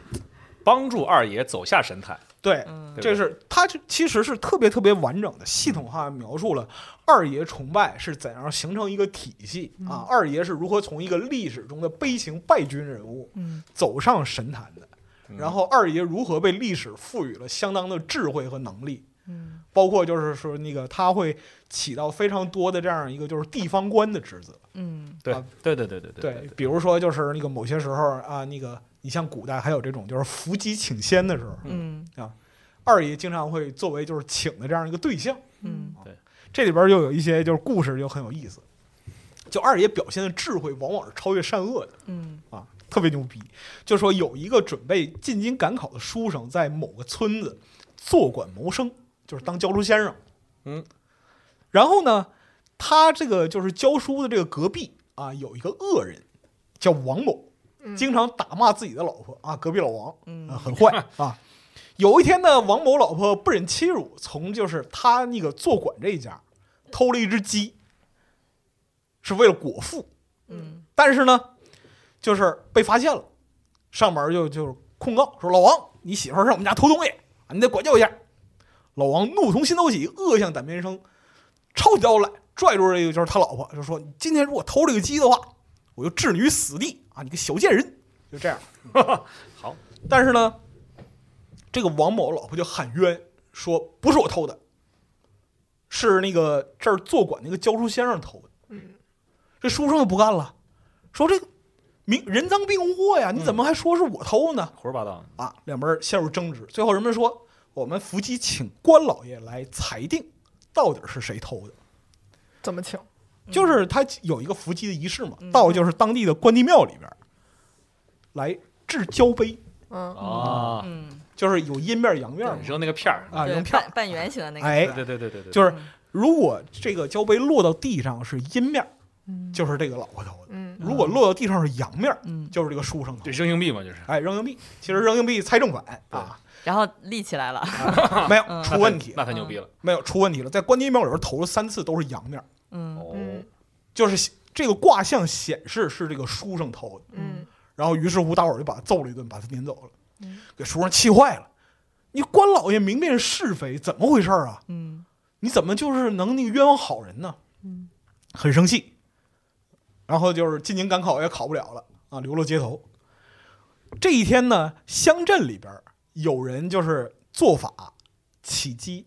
E: 帮助二爷走下神坛，
D: 对，
B: 嗯
E: 对不
D: 这
E: 对
D: 是它这其实是特别特别完整的、系统化描述了二爷崇拜是怎样形成一个体系啊，二爷是如何从一个历史中的悲情败军人物
B: 嗯
D: 走上神坛的，
E: 嗯
D: 然后二爷如何被历史赋予了相当的智慧和能力，嗯，包括就是说那个他会起到非常多的这样一个就是地方官的职责，
B: 嗯，
E: 对
D: 啊
E: 对对对对对
D: 对，比如说就是那个某些时候啊，那个你像古代还有这种就是伏击请仙的时候，
B: 嗯
D: 二爷经常会作为就是请的这样一个对象，
B: 嗯
D: 这里边又有一些就是故事就很有意思，就二爷表现的智慧往往是超越善恶的。
B: 嗯
D: 啊，特别牛逼。就说有一个准备进京赶考的书生，在某个村子坐馆谋生，就是当教书先生。
E: 嗯，
D: 然后呢，他这个就是教书的这个隔壁啊，有一个恶人叫王某，经常打骂自己的老婆啊，隔壁老王，
B: 嗯
D: 啊很坏啊。有一天呢，王某老婆不忍欺辱，从就是他那个坐馆这一家偷了一只鸡，是为了果腹。
B: 嗯
D: 但是呢，就是被发现了，上门就就是控告说老王，你媳妇儿上我们家偷东西，你得管教一下。老王怒从心头起，恶向胆边生，抄起刀来拽住这个就是他老婆，就说你今天如果偷这个鸡的话，我就置你于死地啊！你个小贱人，就这样。
E: 好，
D: 但是呢，这个王某老婆就喊冤，说不是我偷的，是那个这儿坐馆那个教书先生偷的。这书生就不干了，说这明人赃并获呀，你怎么还说是我偷呢？
E: 胡说八道，
D: 啊，两边陷入争执。最后人们说，我们伏击请官老爷来裁定，到底是谁偷的。
C: 怎么请？
D: 就是他有一个伏击的仪式嘛，到就是当地的关帝庙里边儿来掷交杯，
C: 嗯，
E: 啊，
B: 嗯，
D: 就是有阴面阳面嘛
E: 扔那个片儿，
D: 啊，
B: 对
D: 扔片
B: 半
D: 儿，
B: 半圆形的那个，
D: 哎
E: 对，对对对对对，
D: 就是如果这个交杯落到地上是阴面儿，就是这个老婆偷的；
C: 嗯
D: 如果落到地上是阳面儿，
B: 嗯，
D: 就是这个书生偷的
E: 对。扔硬币嘛，就是
D: 哎，扔硬币，其实扔硬币猜正反啊，
B: 然后立起来了，
D: 没有
B: 嗯
D: 出问题，
E: 那太牛逼了，
D: 没有出问题了。在关帝庙里边投了三次都是阳面，
B: 嗯
E: 哦
C: 嗯，
D: 就是这个卦象显示是这个书生偷的。
C: 嗯
D: 然后于是乎，大伙儿就把他揍了一顿，把他撵走了，给书生气坏了。你关老爷明辨是非，怎么回事儿啊？
B: 嗯
D: 你怎么就是能那个冤枉好人呢？嗯，很生气，然后就是进京赶考也考不了了啊，流落街头。这一天呢，乡镇里边儿有人就是做法起鸡，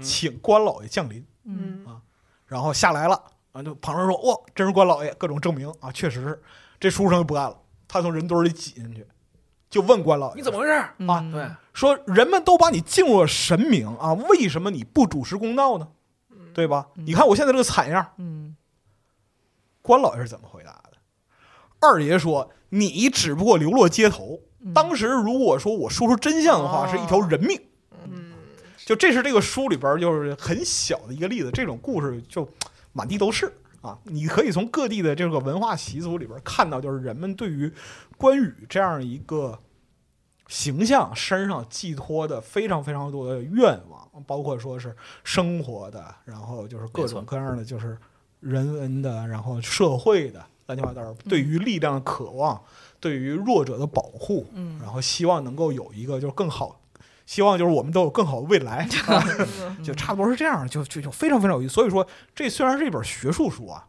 D: 请关老爷降临，
C: 嗯
D: 然后下来了啊，就旁边说哇，真是关老爷，各种证明啊，确实是。这书生就不干了，他从人堆里挤进去，就问关老爷
E: 你怎么回事？
D: 啊？
B: 嗯
E: 对，
D: 说人们都把你敬若神明啊，为什么你不主持公道呢？对吧？你看我现在这个惨样，
B: 嗯
D: 关老爷是怎么回答的？二爷说：“你只不过流落街头，当时如果说我说出真相的话，
C: 哦
D: 是一条人命。
C: 嗯”
D: 就这是这个书里边就是很小的一个例子，这种故事就满地都是啊！你可以从各地的这个文化习俗里边看到，就是人们对于关羽这样一个形象身上寄托的非常非常多的愿望，包括说是生活的，然后就是各种
E: 没错
D: 各样的就是人文的，然后社会的乱七八糟，对于力量的渴望，对于弱者的保护，
B: 嗯
D: 然后希望能够有一个就是更好。希望就是我们都有更好的未来，啊就差不多是这样，就就就非常非常有意思。所以说，这虽然是一本学术书啊，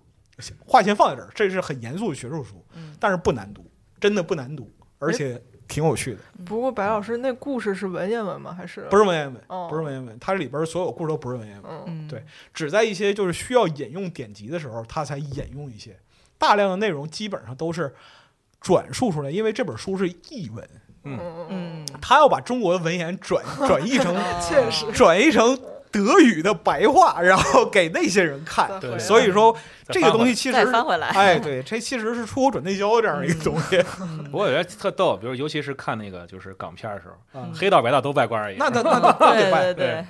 D: 话先放在这儿，这是很严肃的学术书，但是不难读，真的不难读，而且挺有趣的。
C: 不过白老师那故事是文言文吗？还是
D: 不
C: 是？
D: 是文言文，
C: 哦
D: 不是文言文，它里边所有故事都不是文言文，
C: 嗯
B: 嗯
D: 对只在一些就是需要引用典籍的时候，它才引用一些。大量的内容基本上都是转述出来，因为这本书是译文，
C: 嗯嗯，
B: 嗯，
D: 他要把中国的文言 转转译成
B: 哦
C: 确
B: 啊
C: 实
D: 转译成德语的白话，然后给那些人看。
E: 对
D: 所以说，
E: 再
D: 这个
E: 翻回
D: 东
E: 来
D: 西其实
B: 再翻回来，
D: 哎，对，这其实是出口转内销这样一个
E: 嗯
D: 东西。
E: 不过我觉得特逗，比如尤其是看那个就是港片儿的时候，
D: 嗯
E: 黑道白道都拜关二爷，
D: 那那那那那
B: 对
D: 得
B: 对
D: 拜。
B: 对，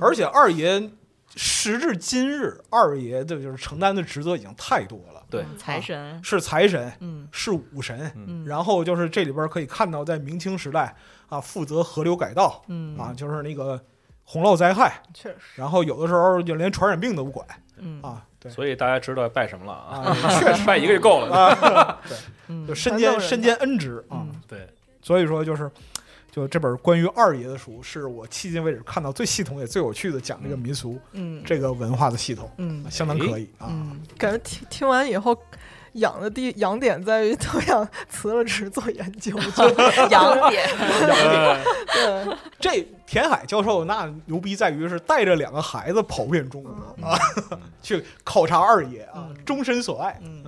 D: 而且二爷时至今日，二爷的就是承担的职责已经太多了，
E: 对
B: 嗯财神，
D: 是财神，
B: 嗯
D: 是武神。
B: 嗯，
D: 然后就是这里边可以看到，在明清时代啊，负责河流改道
B: 嗯
D: 啊，就是那个洪涝灾害，
C: 确实，
D: 然后有的时候就连传染病都不管
B: 嗯
D: 啊，对
E: 所以大家知道拜什么了啊？
D: 啊，确实
E: 拜一个就够了。
D: 啊，
B: 嗯
D: 就身
C: 传
D: 兼
C: 道人
D: 身兼恩职啊，
B: 嗯
E: 对，
D: 所以说就是。就这本关于二爷的书，是我迄今为止看到最系统也最有趣的讲这个民俗、
B: 嗯
D: 这个文化的系统，
B: 嗯
D: 相当可以啊。
B: 嗯
C: 感觉听听完以后，痒的地痒点在于他想 辞了职做研 究，
B: 洋点，
D: 啊
C: 对，
D: 这田海教授那牛逼在于是带着两个孩子跑遍中国
B: 嗯
D: 啊， 去考察二爷啊，终身所爱。
B: 嗯，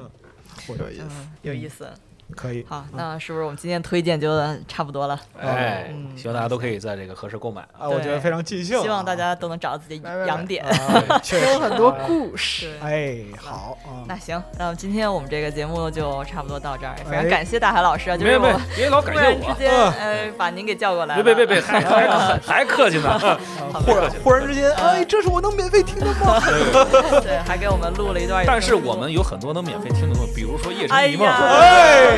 D: 我
C: 有意思。
B: 嗯有意思。
D: 可以，
B: 好，那是不是我们今天推荐就差不多了？
E: 哎，希望大家都可以在这个合适购买啊。
D: 啊，我觉得
B: 对
D: 非常尽兴啊。
B: 希望大家都能找到自己
C: 买买买
B: 的痒点。
D: 啊，确
C: 有
D: 实，
C: 很多故事。
B: 对，
D: 哎，好啊，
B: 那行，那今天我们这个节目就差不多到这儿，也非
D: 哎
B: 常感谢大海老师啊，就是
E: 没没
B: 我，
E: 别老
B: 突
E: 感
B: 然
E: 谢
B: 之
E: 我，
B: 间
D: 啊
B: 呃把您给叫过来了，
E: 别别别 别，还还还客气呢。
D: 啊忽然忽然之间，
B: 嗯
D: 哎，这是我能免费听的吗？
B: 对，还给我们录了一段，
E: 但是我们有很多能免费听的东西，比如说《夜
B: 哎
E: 神迷梦》
B: 呀，
D: 哎，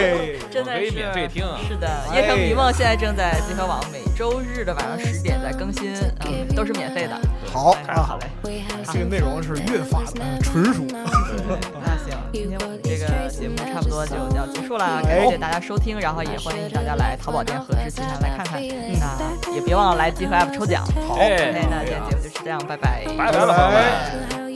B: 真的
E: 我可以
B: 是
E: 免费听啊
B: 是的，《
D: 哎
B: 夜城迷梦》现在正在集合网每周日的晚上十点在更新，嗯，都是免费的。
D: 好
B: 哎
D: 啊，
B: 好嘞，
D: 这个内容是越发的纯属。
B: 那行，今天我们这个节目差不多就要结束了，
D: 哎
B: 感谢大家收听，然后也欢迎大家来淘宝店和之前来看看，那也别忘了来集合 App 抽奖。
D: 好，
E: 哎
B: 哎，那今天节目就是这样，拜拜。
E: 拜拜了，朋友们。
A: How